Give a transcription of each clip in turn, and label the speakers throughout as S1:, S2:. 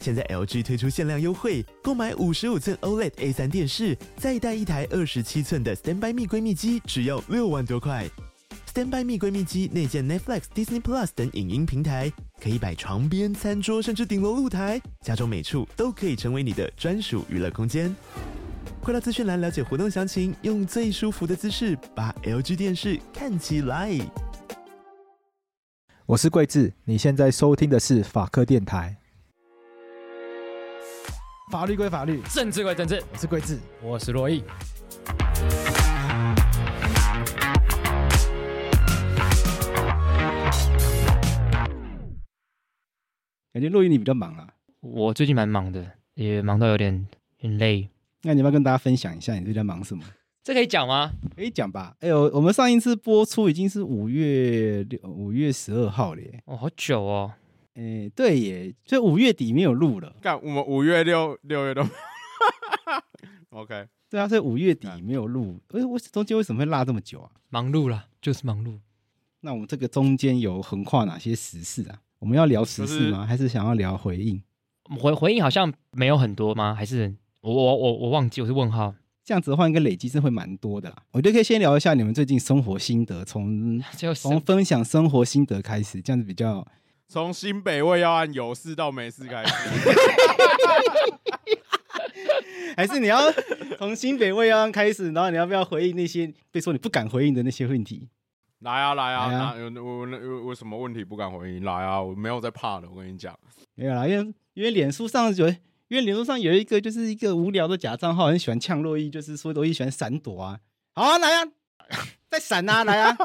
S1: 现在 LG 推出限量优惠，购买五十五寸 OLED A 3电视，再带一台二十七寸的 Standby 蜜闺蜜机，只要六万多块。Standby 蜜闺蜜机内建 Netflix、Disney Plus 等影音平台，可以摆床边、餐桌，甚至顶楼露台，家中每处都可以成为你的专属娱乐空间。快到资讯栏了解活动详情，用最舒服的姿势把 LG 电视看起来。
S2: 我是桂智，你现在收听的是法科电台。法律归法律，
S3: 政治归政治，
S2: 我是桂智。
S3: 我是洛毅。
S4: 感觉录音你比较忙啊，
S3: 我最近蛮忙的，也忙到有点很累。
S4: 那你要不要跟大家分享一下你最近在忙什么？
S3: 这可以讲吗？
S4: 可以讲吧。哎呦，我们上一次播出已经是五月六、五月十二号了耶。
S3: 哦，好久哦。
S4: 哎，对耶，所以五月底没有录了。
S5: 干，我们五月六六 月都，OK，
S4: 对啊，所以五月底没有录。哎，我中间为什么会落这么久啊？
S3: 忙碌啦，就是忙碌。
S4: 那我们这个中间有横跨哪些时事啊？我们要聊时事吗？还是想要聊回应？
S3: 回回应好像没有很多吗？还是我我我我忘记我是问号？
S4: 这样子的话，应该累积是会蛮多的啦。我觉得可以先聊一下你们最近生活心得， 从
S3: 就是
S4: 从分享生活心得开始，这样子比较
S5: 从新北魏要按有事到没事开始，
S4: 还是你要从新北未央开始，然后你要不要回应那些被说你不敢回应的那些问题？
S5: 来啊来啊，
S4: 来啊
S5: 那有我我有有什么问题不敢回应？来啊，我没有在怕的，我跟你讲，
S4: 没有啦，因为因为脸书上有，因为脸书上有一个就是一个无聊的假账号，很喜欢呛洛伊，就是说洛伊喜欢闪躲啊。好啊，来啊， 再闪啊，来 啊，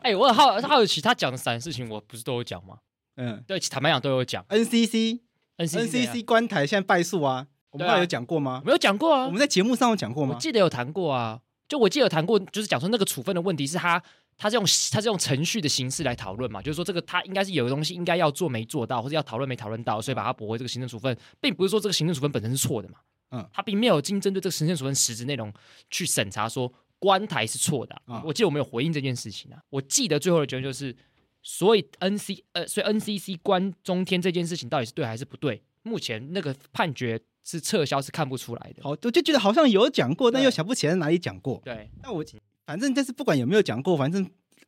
S3: 哎、我很好好奇，他讲的散事情，我不是都有讲吗？
S4: 嗯
S3: 对，坦白讲都有讲。
S4: ，NCC
S3: NCC 怎样
S4: NCC 观台现在败诉啊，我们
S3: 对啊
S4: 后来有讲过吗
S3: 我？没有讲过啊，
S4: 我们在节目上有讲过
S3: 我
S4: 吗？
S3: 记得有谈过啊，就我记得有谈过，就是讲说那个处分的问题是他。他是用他是用程序的形式来讨论嘛，就是说这个他应该是有的东西应该要做没做到，或者要讨论没讨论到，所以把它驳回这个行政处分，并不是说这个行政处分本身是错的嘛。
S4: 嗯
S3: 他并没有经针对这个行政处分实质内容去审查说官台是错的啊、
S4: 啊
S3: 我记得我们有回应这件事情啊，我记得最后的结论就是，所以 N C 呃，所以 N C C 关中天这件事情到底是对还是不对，目前那个判决是撤销是看不出来的。
S4: 好，我就觉得好像有讲过，但
S3: 对
S4: 又想不起来哪里讲过。
S3: 对，
S4: 那我反正但是不管有没有讲过，反正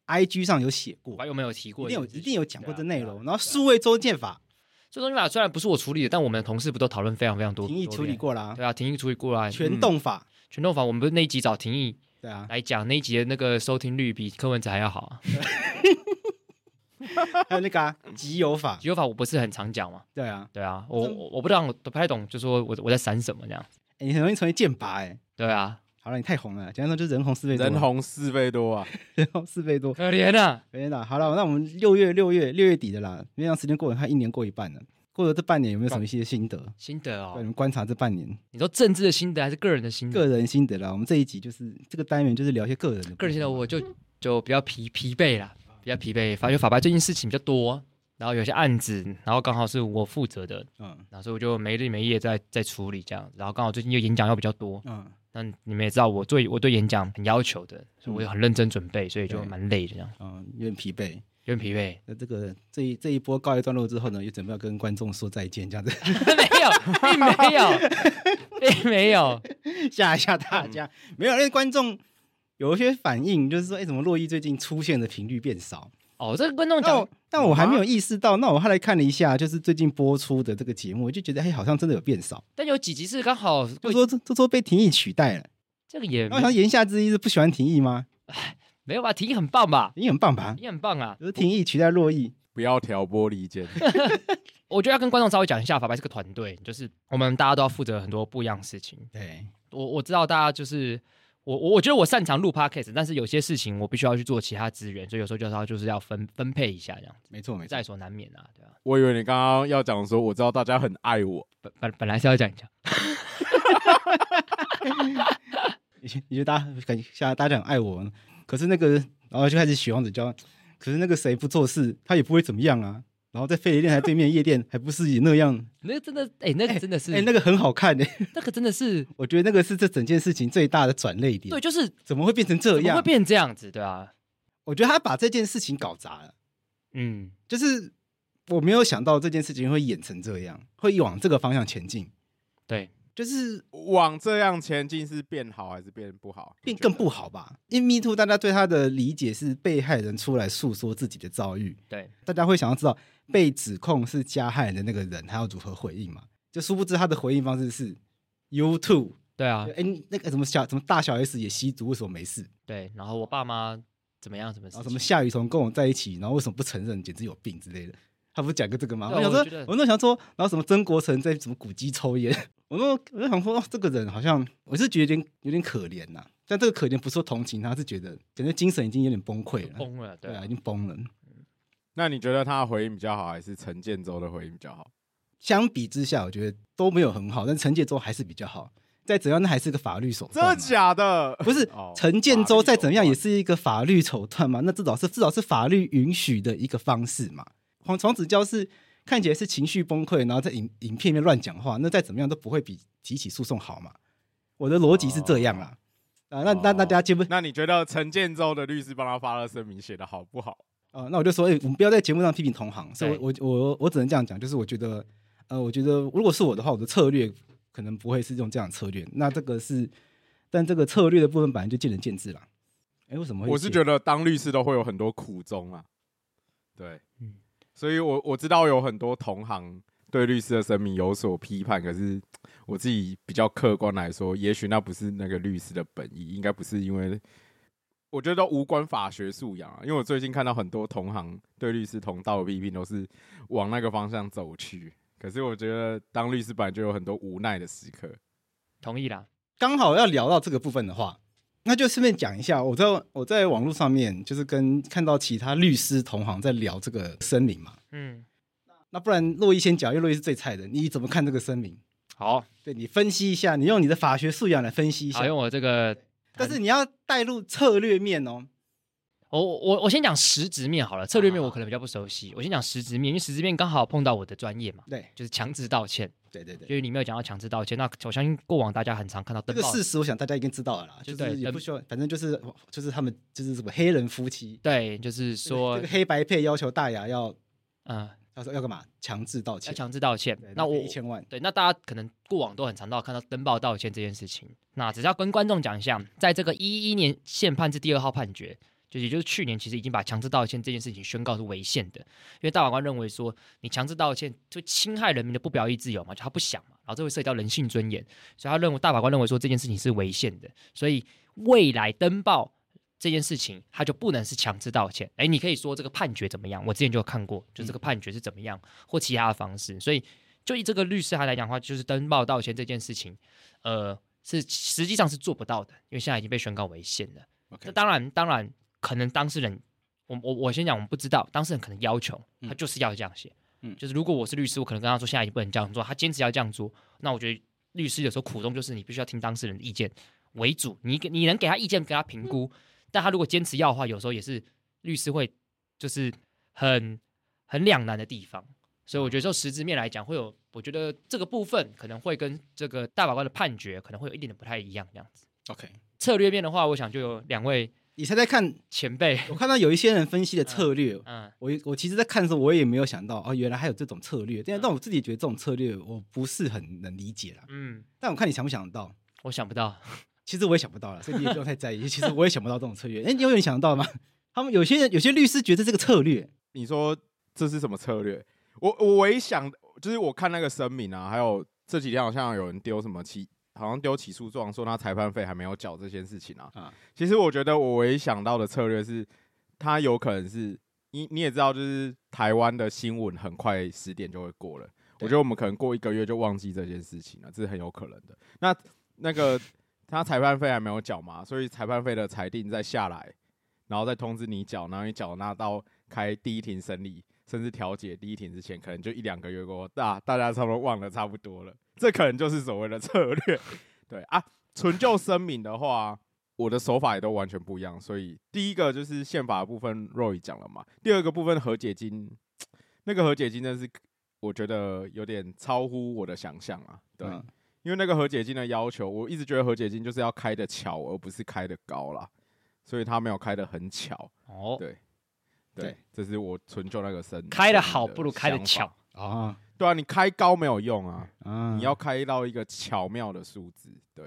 S4: IG 上有写过
S3: 我还，有没有提过
S4: 一
S3: 这
S4: 定有
S3: 件事情？
S4: 一定有讲过的
S3: 对啊
S4: 内
S3: 对啊
S4: 容。然后数位周建法
S3: 这东西啊法虽然不是我处理的，但我们的同事不都讨论非常非常多，
S4: 庭议
S3: 多
S4: 处理
S3: 遍，
S4: 过啦，
S3: 对啊，庭议处理过来，
S4: 全动法
S3: 全动法，我们不是那一集找庭议
S4: 对啊，
S3: 来讲，那一集的那个收听率比柯文哲还要好 啊。
S4: 还有那个 啊集邮法
S3: 集邮法我不是很常讲嘛，
S4: 对啊，
S3: 对啊，我我我不知道，我不太懂，就说我我在闪什么这样，
S4: 诶哎你很容易成为剑拔哎。
S3: 对啊，
S4: 好了，你太红了，简单说就是人红是非多，
S5: 人红是非多啊，
S4: 人红是非多。
S3: 可怜啊，
S4: 没啦，好了，那我们六月六月六月底的啦，因为让时间过了，看一年过一半了，过了这半年有没有什么一些心得？
S3: 心得
S4: 对，你
S3: 哦，
S4: 们观察这半年
S3: 你说政治的心得还是个人的心
S4: 个
S3: 得？
S4: 人心得啦。我们这一集就是这个单元就是聊一些个人的部分
S3: 个人心得我就就比较疲疲惫啦，比较疲惫，发觉法白最近事情比较多，然后有些案子，然后刚好是我负责的，
S4: 嗯
S3: 然后所以我就没日没夜在在处理这样，然后刚好最近又演讲又比较多，
S4: 嗯，
S3: 那你们也知道我对我对演讲很要求的，所以我也很认真准备，所以就
S4: 嗯对
S3: 蛮累的这样，
S4: 嗯，有点疲惫。。
S3: 有点疲惫
S4: 那这个这一这一波告一段落之后呢，又准备要跟观众说再见，这样子
S3: 没有，并没有，并没有。
S4: 吓一吓大家。没有，因为观众有一些反应，就是说，哎、怎么洛伊最近出现的频率变少？
S3: 哦，这个观众
S4: 那
S3: 讲
S4: 我但我还没有意识到。那我后来看了一下，就是最近播出的这个节目，我就觉得，哎、好像真的有变少。
S3: 但有几集是刚好
S4: 就说这这说被廷义取代了。
S3: 这个也
S4: 那我想言下之意是不喜欢廷义吗？
S3: 没有吧？提议很棒吧？
S4: 你很棒吧？
S3: 你很棒啊！
S4: 就是廷义取代洛伊。
S5: 不要挑拨离间。
S3: 我觉得要跟观众稍微讲一下，法白是个团队，就是我们大家都要负责很多不一样的事情。
S4: 对，
S3: 我我知道大家就是我我我觉得我擅长录 podcast，但是有些事情我必须要去做其他资源，所以有时候就是要就是要分分配一下这样子，
S4: 没错没错。
S3: 在所难免啊，对啊，
S5: 我以为你刚刚要讲说，我知道大家很爱我，
S3: 本本本来是要讲一讲，
S4: 你觉得大家感觉下大家很爱我，可是那个然后就开始血王子教，可是那个谁不做事，他也不会怎么样啊。然后在飞碟电台对面的夜店，还不是也那样？
S3: 那个真的，哎、那个真的是，
S4: 哎、那个很好看诶、
S3: 那个真的是，
S4: 我觉得那个是这整件事情最大的转泪点。
S3: 对，，就是
S4: 怎么会变成这
S3: 怎么
S4: 样？
S3: 会变这样子，对啊，
S4: 我觉得他把这件事情搞砸了，
S3: 嗯，
S4: 就是我没有想到这件事情会演成这样，会往这个方向前进，
S3: 对，
S4: 就是
S5: 往这样前进是变好还是变不好？
S4: 变更不好吧？因为 Me Too 大家对他的理解是被害人出来诉说自己的遭遇，
S3: 对，
S4: 大家会想要知道被指控是加害人的那个人他要如何回应嘛？就殊不知他的回应方式是 You too，
S3: 对啊
S4: 哎、，你那个什么小什么大小 S 也吸毒，为什么没事？
S3: 对。然后我爸妈怎么样，怎么
S4: 然后
S3: 事
S4: 什哦么
S3: 情
S4: 夏雨桐跟我在一起，然后为什么不承认，简直有病之类的。他不是讲个这个吗？
S3: 对啊
S4: 我想
S3: 我
S4: 说
S3: 觉得，
S4: 我那时候想说，然后什么曾国成在什么古迹抽烟，我那时候我就想说，哦，这个人好像我是觉得有点有点可怜呐、但这个可怜不是说同情他，是觉得感觉精神已经有点崩溃了，
S3: 崩了，对
S4: 对
S3: 啊
S4: 啊，已，经崩了。
S5: 那你觉得他的回应比较好，还是陈建州的回应比较好？
S4: 相比之下，我觉得都没有很好，但陈建州还是比较好。再怎样，那还是个法律手
S5: 真的
S4: 段嘛。
S5: 假的？
S4: 不是
S5: 哦
S4: 陈建州再怎么样也
S5: 法律手
S4: 是一个法律手段嘛，那至少是至少是法律允许的一个方式嘛。黄黄子佼是看起来是情绪崩溃，然后在影影片里面乱讲话，那再怎么样都不会比提起诉讼好嘛。我的逻辑是这样啦，啊，那那
S5: 哦
S4: 那大家接不
S5: 段。那你觉得陈建州的律师帮他发了声明写的好不好？
S4: 呃，那我就说，哎、我们不要在节目上批评同行，所以
S3: 对
S4: 我我我我只能这样讲，就是我觉得，呃，我觉得如果是我的话，我的策略可能不会是用这样的策略。那这个是，但这个策略的部分本来就见仁见智啦。哎、为什么会见？
S5: 我是觉得当律师都会有很多苦衷啊。对，
S3: 嗯
S5: 所以我我知道有很多同行对律师的声明有所批判，可是我自己比较客观来说，也许那不是那个律师的本意，应该不是因为。我觉得都无关法学素养啊，因为我最近看到很多同行对律师同道的批评都是往那个方向走去。可是我觉得当律师本来就有很多无奈的时刻，
S3: 同意啦，
S4: 刚好要聊到这个部分的话，那就顺便讲一下，我在我在网络上面就是跟看到其他律师同行在聊这个声明嘛。
S3: 嗯，
S4: 那不然洛伊先讲，因为洛伊是最菜的，你怎么看这个声明？
S3: 好，
S4: 对你分析一下，你用你的法学素养来分析一下
S5: 哎
S3: 好，，用我这个，
S4: 但是你要带入策略面哦。
S3: 我我我先讲实质面好了，策略面
S4: 好好
S3: 我可能比较不熟悉，我先讲实质面，因为实质面刚好碰到我的专业嘛，
S4: 对
S3: 就是强制道歉，
S4: 对对对，
S3: 就是你没有讲到强制道歉，那我相信过往大家很常看到
S4: 这
S3: 登
S4: 个
S3: 报
S4: 事实我想大家已经知道了啦，
S3: 就
S4: 就
S3: 对
S4: 是也
S3: 人
S4: 不需要，反正就是就是他们就是什么黑人夫妻，
S3: 对，就是说
S4: 这个，黑白配要求大牙要
S3: 嗯，
S4: 要说要干嘛，强制道
S3: 要
S4: 歉，
S3: 强制道歉
S4: 对，
S3: 那我
S4: 赔一千万，
S3: 对，那大家可能过往都很常到看到登报道歉这件事情。那只是要跟观众讲一下，在这个一一年宪判至第二号判决，就也就是去年，其实已经把强制道歉这件事情宣告是违宪的，因为大法官认为说，你强制道歉就侵害人民的不表意自由嘛，就他不想嘛，然后这会涉及到人性尊严，所以他认为大法官认为说这件事情是违宪的，所以未来登报。这件事情，他就不能是强制道歉。哎，你可以说这个判决怎么样？我之前就有看过，就这个判决是怎么样，或其他的方式。所以就以这个律师函来讲的话，就是登报道歉这件事情，呃，是实际上是做不到的，因为现在已经被宣告违宪了。
S4: OK
S3: 那当然，当然，可能当事人，我我我先讲，我们不知道，当事人可能要求他就是要这样写，
S4: 嗯
S3: 就是如果我是律师，我可能跟他说现在已经不能这样做，他坚持要这样做，那我觉得律师有时候苦衷就是你必须要听当事人的意见为主，你给你能给他意见，给他评估，但他如果坚持要的话，有时候也是律师会就是很很两难的地方。所以我觉得就实质面来讲，会有我觉得这个部分可能会跟这个大法官的判决可能会有一点点不太一样这样子。
S4: OK，
S3: 策略面的话，我想就有两位
S4: 你猜猜看，
S3: 前辈，
S4: 我看到有一些人分析的策略，
S3: 嗯，
S4: 我我其实，在看的时候，我也没有想到哦，原来还有这种策略。
S3: 嗯
S4: 但但我自己觉得这种策略我不是很能理解啦。
S3: 嗯，
S4: 但我看你想不想得到，
S3: 我想不到，
S4: 其实我也想不到了，所以你也不用太在意。其实我也想不到这种策略。哎、你有人想得到吗？他们有些人，有些律师觉得这个策略，
S5: 你说这是什么策略？我我唯一想就是我看那个声明啊，还有这几天好像有人丢什么起，好像丢起诉状说他裁判费还没有缴这件事情啊。
S4: 啊
S5: 其实我觉得我唯一想到的策略是，他有可能是你你也知道，就是台湾的新闻很快十点就会过了，我觉得我们可能过一个月就忘记这件事情了，这是很有可能的。那那个他裁判费还没有缴嘛，所以裁判费的裁定再下来，然后再通知你缴，然后你缴纳到开第一庭审理，甚至调解第一庭之前，可能就一两个 月过后，大大家差不多忘了差不多了，这可能就是所谓的策略。对啊，纯就声明的话，我的手法也都完全不一样。所以第一个就是宪法的部分，Roy 讲了嘛。第二个部分和解金，那个和解金真的是我觉得有点超乎我的想象啊。对，
S4: 嗯
S5: 因为那个和解金的要求，我一直觉得和解金就是要开的巧，而不是开的高啦。所以他没有开的很巧。
S3: 哦，
S5: 对，对
S4: 对，
S5: 这是我纯就那个声
S3: 开的好不如开的。
S5: 声音想
S3: 巧
S5: 法，
S4: 啊
S5: 对啊，你开高没有用啊。
S3: 嗯
S4: 啊！
S5: 你要开到一个巧妙的数字，对，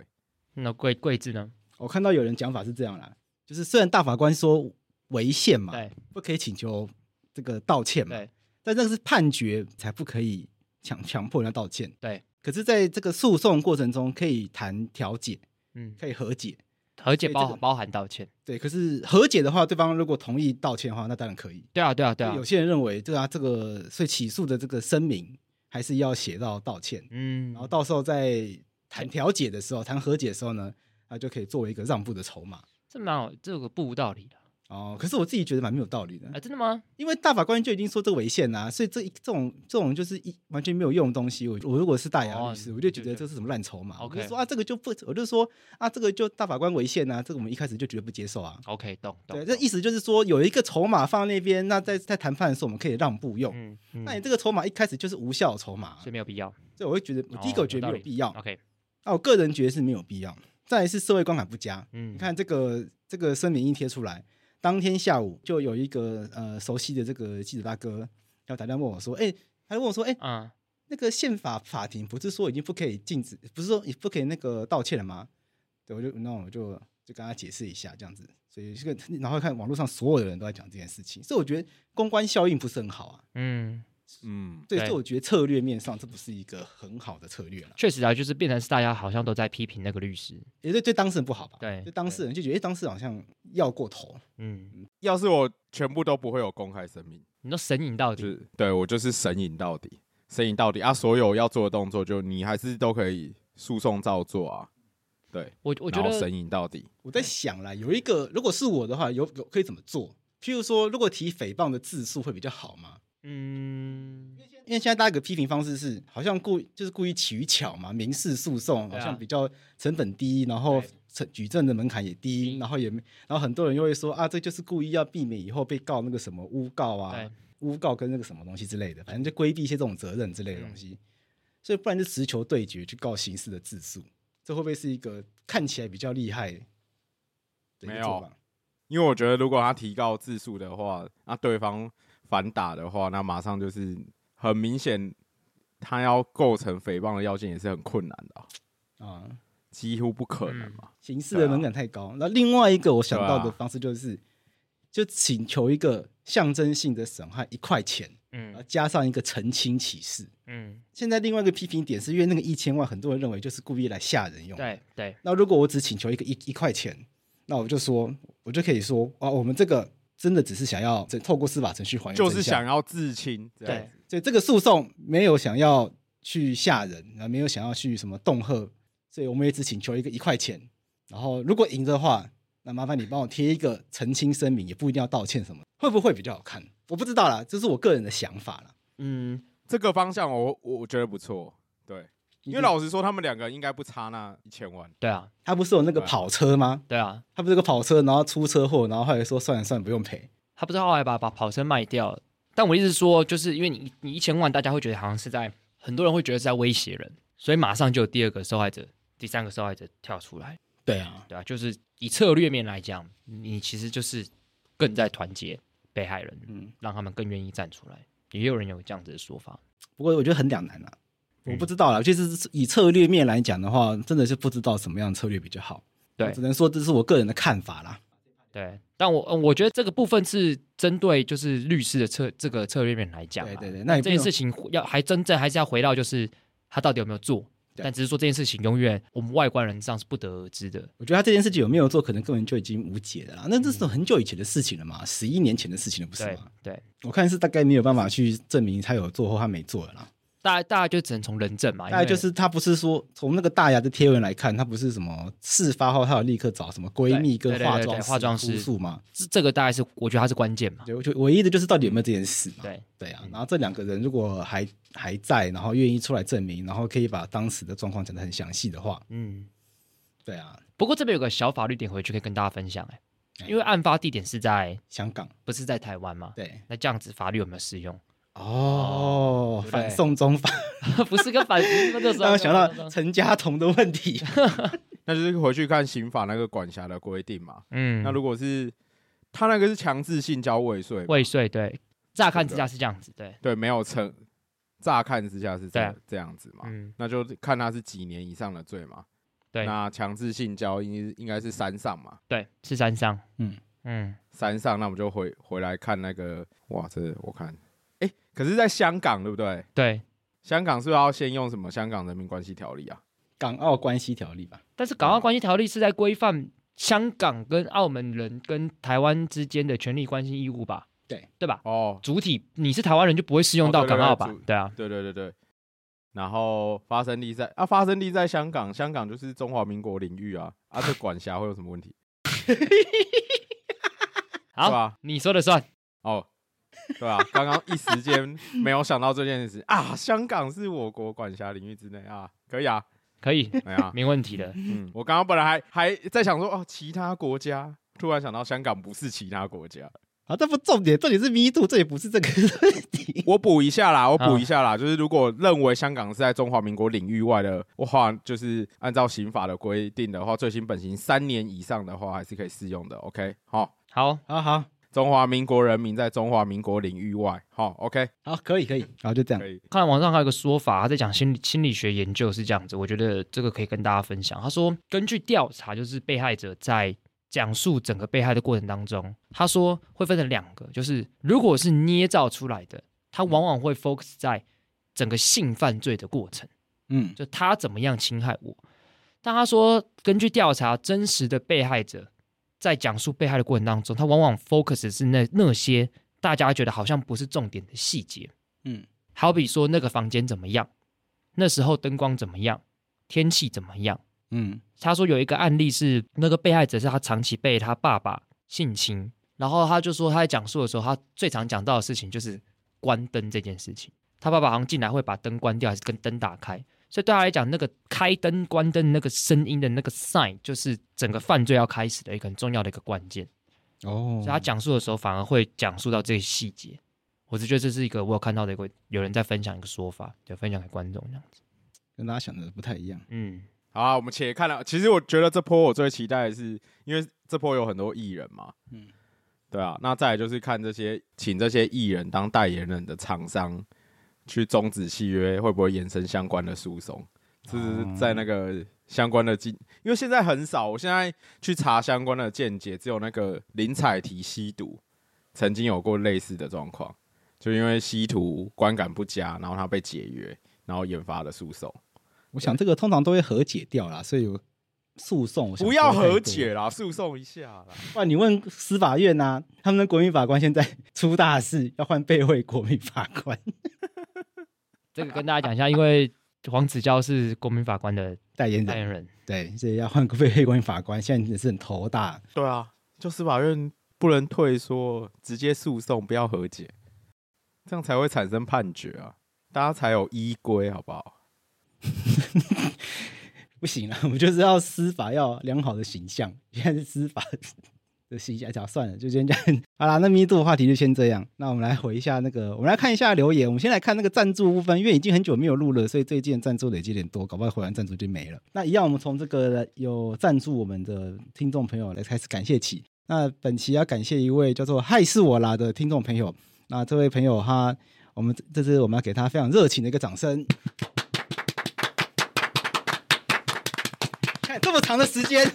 S3: 那贵贵字呢？
S4: 我看到有人讲法是这样啦，就是虽然大法官说违宪嘛，
S3: 对
S4: 不可以请求这个道歉嘛，
S3: 对
S4: 但那个是判决才不可以强强迫人家道歉。
S3: 对，
S4: 可是在这个诉讼过程中可以谈调解，
S3: 嗯，
S4: 可以和解。
S3: 和解
S4: 所以
S3: 包
S4: 这个
S3: 包含道歉，
S4: 对，可是和解的话，对方如果同意道歉的话，那当然可以。
S3: 对啊对啊对啊
S4: 有，些人认为，对啊，这个所以起诉的这个声明还是要写到道歉，
S3: 嗯
S4: 然，后到时候在谈调解的时候，谈和解的时候呢，他就可以作为一个让步的筹码。
S3: 这蛮有这个不无道理的
S4: 哦，可是我自己觉得蛮没有道理的
S3: 啊，，真的吗？
S4: 因为大法官就已经说这个违宪啦，所以这一这种这种就是一完全没有用的东西。我我如果是大
S3: 哦
S4: 牙律师，
S3: 你
S4: 我就觉
S3: 就
S4: 得这是什么烂筹码。我
S3: OK
S4: 就说啊，这个就不，我就说啊，这个就大法官违宪啊，这个我们一开始就绝对不接受啊。
S3: OK，懂懂。
S4: 对，
S3: 哦懂
S4: 这意思就是说有一个筹码放那边，那在在谈判的时候我们可以让步用。
S3: 嗯，嗯
S4: 那你这个筹码一开始就是无效的筹码，
S3: 所以没有必要。
S4: 所以我会觉得，我第一
S3: 哦
S4: 个我觉得
S3: 道
S4: 没有
S3: 理
S4: 必要，
S3: OK，
S4: 那我个人觉得是没有必要。再来是社会观感不佳，
S3: 嗯，
S4: 你看这个这个声明一贴出来，当天下午就有一个呃熟悉的这个记者大哥要打电话问我说，哎、他就问我说，哎、
S3: 嗯，
S4: 那个宪法法庭不是说已经不可以禁止，不是说也不可以那个道歉了吗？对，我就那我就就跟他解释一下这样子，所以这个然后看网络上所有的人都在讲这件事情，所以我觉得公关效应不是很好啊。
S3: 嗯，
S5: 嗯，
S4: 对，
S3: 对
S4: 所以我觉得策略面上这不是一个很好的策略了，
S3: 确实啊，就是变成是大家好像都在批评那个律师。
S4: 也对对当事人不好吧？
S3: 对
S4: 对当事人就觉得哎，当事人好像要过头，
S3: 嗯，
S5: 要是我全部都不会有公开声明，
S3: 你都神隐到
S5: 就
S3: 底。
S5: 是对我就是神隐到底，神隐到底啊！所有要做的动作，就你还是都可以诉讼照做啊，对，
S3: 我我觉
S5: 然后
S3: 得
S5: 神隐到底，
S4: 我在想啦，有一个如果是我的话，有有可以怎么做？譬如说，如果提诽谤的字数会比较好吗？
S3: 嗯，
S4: 因为现在大家有个批评方式是，好像故就是故意取巧嘛，民事诉讼
S3: 对
S4: 好
S3: 啊
S4: 像比较成本低，然后成举证的门槛也低，然后也没，然后很多人又会说啊，这就是故意要避免以后被告那个什么诬告啊
S3: 对，
S4: 诬告跟那个什么东西之类的，反正就规避一些这种责任之类的东西。所以不然就直球对决去告刑事的自诉，这会不会是一个看起来比较厉害的一
S5: 没
S4: 个
S5: 有
S4: 做法？
S5: 因为我觉得如果他提告自诉的话，那对方反打的话，那马上就是很明显，他要构成诽谤的要件也是很困难的啊、
S4: 啊，
S5: 几乎不可能啊嘛。
S4: 刑事的门槛太高。那、另外一个我想到的方式就是，就请求一个象征性的损害一块钱，然后
S3: 嗯
S4: 加上一个澄清启示。
S3: 嗯，
S4: 现在另外一个批评点是因为那个一千万，很多人认为就是故意来吓人
S5: 哦
S4: 用。
S3: 对对，
S4: 那如果我只请求一个一一块钱，那我就说，我就可以说啊，我们这个真的只是想要这透过司法程序还原真
S5: 就
S4: 相，
S5: 是想要自清，这样
S3: 对
S5: 子
S4: 所以这个诉讼没有想要去吓人，啊，没有想要去什么恫吓，所以我们也只请求一个一块钱。然后如果赢的话，那麻烦你帮我贴一个澄清声明，也不一定要道歉什么，会不会比较好看？我不知道啦，这是我个人的想法啦。
S3: 嗯，
S5: 这个方向我，我我觉得不错。对，因为老实说，他们两个应该不差那一千万。
S3: 对啊
S4: 他不是有那个跑车吗？
S3: 对啊，
S4: 他不是有个跑车，然后出车祸，然后后来说算了算了，不用赔。
S3: 他不是后来把把跑车卖掉了，但我一直说，就是因为你你一千万，大家会觉得好像是在很多人会觉得是在威胁人，所以马上就有第二个受害者、第三个受害者跳出来，
S4: 对啊，
S3: 对啊，就是以策略面来讲，你其实就是更在团结被害人，
S4: 嗯，
S3: 让他们更愿意站出来。也有人有这样子的说法，
S4: 不过我觉得很两难啊。
S5: 嗯
S4: 我不知道啦，就是以策略面来讲的话，真的是不知道什么样的策略比较好。
S3: 对
S4: 我只能说这是我个人的看法啦。
S3: 对，但我呃我觉得这个部分是针对就是律师的策这个策略面来讲啊，
S4: 对对对那也不
S3: 这件
S4: 能
S3: 事情要还真正还是要回到就是他到底有没有做，
S4: 对
S3: 但只是说这件事情永远我们外观人上是不得而知的，
S4: 我觉得他这件事情有没有做，可能根本就已经无解了啦。那这是很久以前的事情了嘛，十一年前的事情了，不是
S3: 嗯对
S4: 吗？
S3: 对，
S4: 我看是大概没有办法去证明他有做或他没做了啦。
S3: 大大家就只能从人证
S4: 大
S3: 嘛，啊因
S4: 概
S3: 为
S4: 就是他不是说从那个大牙的贴文来看，他不是什么事发后，他有立刻找什么闺蜜
S3: 对
S4: 跟
S3: 对对
S4: 化
S3: 对
S4: 妆
S3: 对
S4: 师
S3: 化妆师
S4: 哭诉嘛？
S3: 这这个大概是我觉得它是关键嘛，
S4: 对，我就唯一的就是到底有没有这件事嘛？
S3: 对，嗯
S4: 对啊，然后这两个人如果还还在，然后愿意出来证明，然后可以把当时的状况讲得很详细的话，
S3: 嗯，
S4: 对啊，
S3: 不过这边有个小法律点回去可以跟大家分享、欸，哎，因为案发地点是在
S4: 香港
S3: 不是在台湾嘛？
S4: 对
S3: 那这样子法律有没有适用？
S4: 哦
S3: 对不对
S4: 反送中法，
S3: 不是跟反那个时
S4: 让
S3: 候
S4: 我想 到陈家彤的问题。
S5: 那就是回去看刑法那个管辖的规定嘛。
S3: 嗯，
S5: 那如果是他那个是强制性交未遂嘛，
S3: 未遂对，乍看之
S5: 对
S3: 下是这样子，对，
S5: 对，没有成，乍看之下是这
S3: 对啊
S5: 这样子嘛。
S3: 嗯，
S5: 那就看他是几年以上的罪嘛。
S3: 对
S5: 那强制性交应应该是三上嘛，
S3: 对，是三伤，
S4: 嗯
S3: 嗯，
S5: 三上，那我们就回回来看那个，哇，这我看，哎、可是在香港对不对？
S3: 对。
S5: 香港是不是要先用什么《香港人民关系条例》啊？
S4: 港澳关系条例吧，
S3: 但是港澳关系条例是在规范香港跟澳门人跟台湾之间的权利关系义务吧？
S4: 对，
S3: 对吧？
S5: 哦，
S3: 主体你是台湾人就不会适用
S5: 哦
S3: 到
S5: 对对
S3: 港澳
S5: 对
S3: 吧？
S5: 主
S3: 对啊，
S5: 对对对对。然后发生地在啊，发生地在香港，香港就是中华民国领域啊，啊，这管辖会有什么问题？
S3: 好，
S5: 对吧？
S3: 你说的算。
S5: 哦，对啊，刚刚一时间没有想到这件事啊，香港是我国管辖领域之内啊，可以啊，
S3: 可 以，
S5: 哎呀、
S3: 没问题的。
S5: 嗯，我刚刚本来还还在想说哦，其他国家，突然想到香港不是其他国家，
S4: 啊，这不重点，重点是 Me Too，这也不是这个问题。
S5: 我补一下啦，我补
S3: 好
S5: 一下啦，就是如果认为香港是在中华民国领域外的话，就是按照刑法的规定的话，最新本刑三年以上的话，还是可以适用的。OK，好，
S3: 好，
S4: 好好
S5: 中华民国人民在中华民国领域外，好，OK，
S4: 好，可以可以，然后就这样
S5: 可。以，
S3: 看网上还有个说法，他在讲心理心理学研究是这样子，我觉得这个可以跟大家分享。他说，根据调查，就是被害者在讲述整个被害的过程当中，他说会分成两个，就是如果是捏造出来的，他往往会 focus 在整个性犯罪的过程，
S4: 嗯，
S3: 就他怎么样侵害我。但他说，根据调查，真实的被害者在讲述被害的过程当中，他往往 focus 是那那些大家觉得好像不是重点的细节。
S4: 嗯，
S3: 好比说那个房间怎么样，那时候灯光怎么样，天气怎么样。
S4: 嗯，
S3: 他说有一个案例是那个被害者是他长期被他爸爸性侵，然后他就说他在讲述的时候，他最常讲到的事情就是关灯这件事情。他爸爸好像进来会把灯关掉，还是跟灯打开，所以对他来讲，那个开灯、关灯那个声音的那个 sign，就是整个犯罪要开始的一个很重要的一个关键。
S4: 哦
S3: 所以他讲述的时候反而会讲述到这些细节。我只觉得这是一个我有看到的一个有人在分享一个说法，就分享给观众这样子。
S4: 跟大家想的不太一样。
S3: 嗯，
S5: 好啊，我们且看了。其实我觉得这波我最期待的是，因为这波有很多艺人嘛，嗯
S4: 嗯，
S5: 对啊。那再来就是看这些请这些艺人当代言人的厂商去终止契约，会不会衍生相关的诉讼？这是在那个相关的进，因为现在很少。我现在去查相关的见解，只有那个林采缇吸毒曾经有过类似的状况，就因为吸毒观感不佳，然后他被解约，然后引发了诉讼。
S4: 我想这个通常都会和解掉啦，所以有诉讼。我想
S5: 不要
S4: 不会太多
S5: 和解，啦，诉讼一下啦。
S4: 不然你问司法院呐、他们的国民法官现在出大事，要换备位国民法 官
S3: 这个跟大家讲一下，因为黄子佼是国民法官的
S4: 代言
S3: 代
S4: 人，
S3: 言人，
S4: 对，所以要换个备位国民法官，现在也是很头大。
S5: 对啊，就司法院不能退缩，直接诉讼，不要和解，这样才会产生判决啊，大家才有依规，好不好？
S4: 不行啊了，我们就是要司法要良好的形象， 现在是司法的形象。讲算了，就先这样。好啦，那密度的话题就先这样。那我们来回一下那个，我们来看一下留言。我们先来看那个赞助部分，因为已经很久没有录了，所以最近赞助累积有点多，搞不好回完赞助就没了。那一样，我们从这个有赞助我们的听众朋友来开始感谢起。那本期要感谢一位叫做“嗨是我啦”的听众朋友。那这位朋友他，我们这次我们要给他非常热情的一个掌声。看这么长的时间，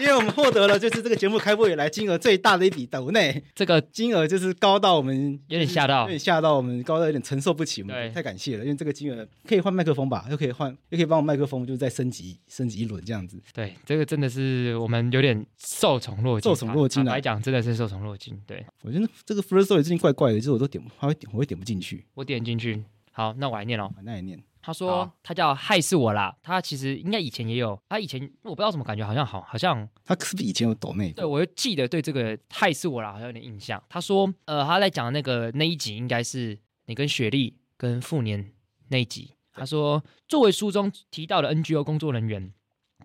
S4: 因为我们获得了就是这个节目开播以来金额最大的一笔抖内，
S3: 这个
S4: 金额就是高到我们
S3: 有点吓到
S4: 有点吓到我们，高到有点承受不起，我
S3: 对
S4: 们太感谢了，因为这个金额可以换麦克风吧，又可以换，又可以帮我麦克风，就是再升级升级一轮这样子。
S3: 对这个真的是我们有点受宠若惊，
S4: 受宠若惊啊
S3: 坦白讲真的是受宠若惊。对
S4: 我觉得这个 First Story 最近怪怪的，就是我都点，还会点，我会点不进去，
S3: 我点进去，好，那我来念哦。
S4: 啊那也念。
S3: 他说
S5: 好
S3: 他叫害是我啦，他其实应该以前也有，他以前我不知道怎么感觉好像好好像
S4: 他是不是以前有抖内？
S3: 对，我又记得对这个害死我了，好像有点印象。他说，呃，他在讲的那个那一集应该是你跟雪莉跟富年那一集。他说，作为书中提到的 NGO 工作人员，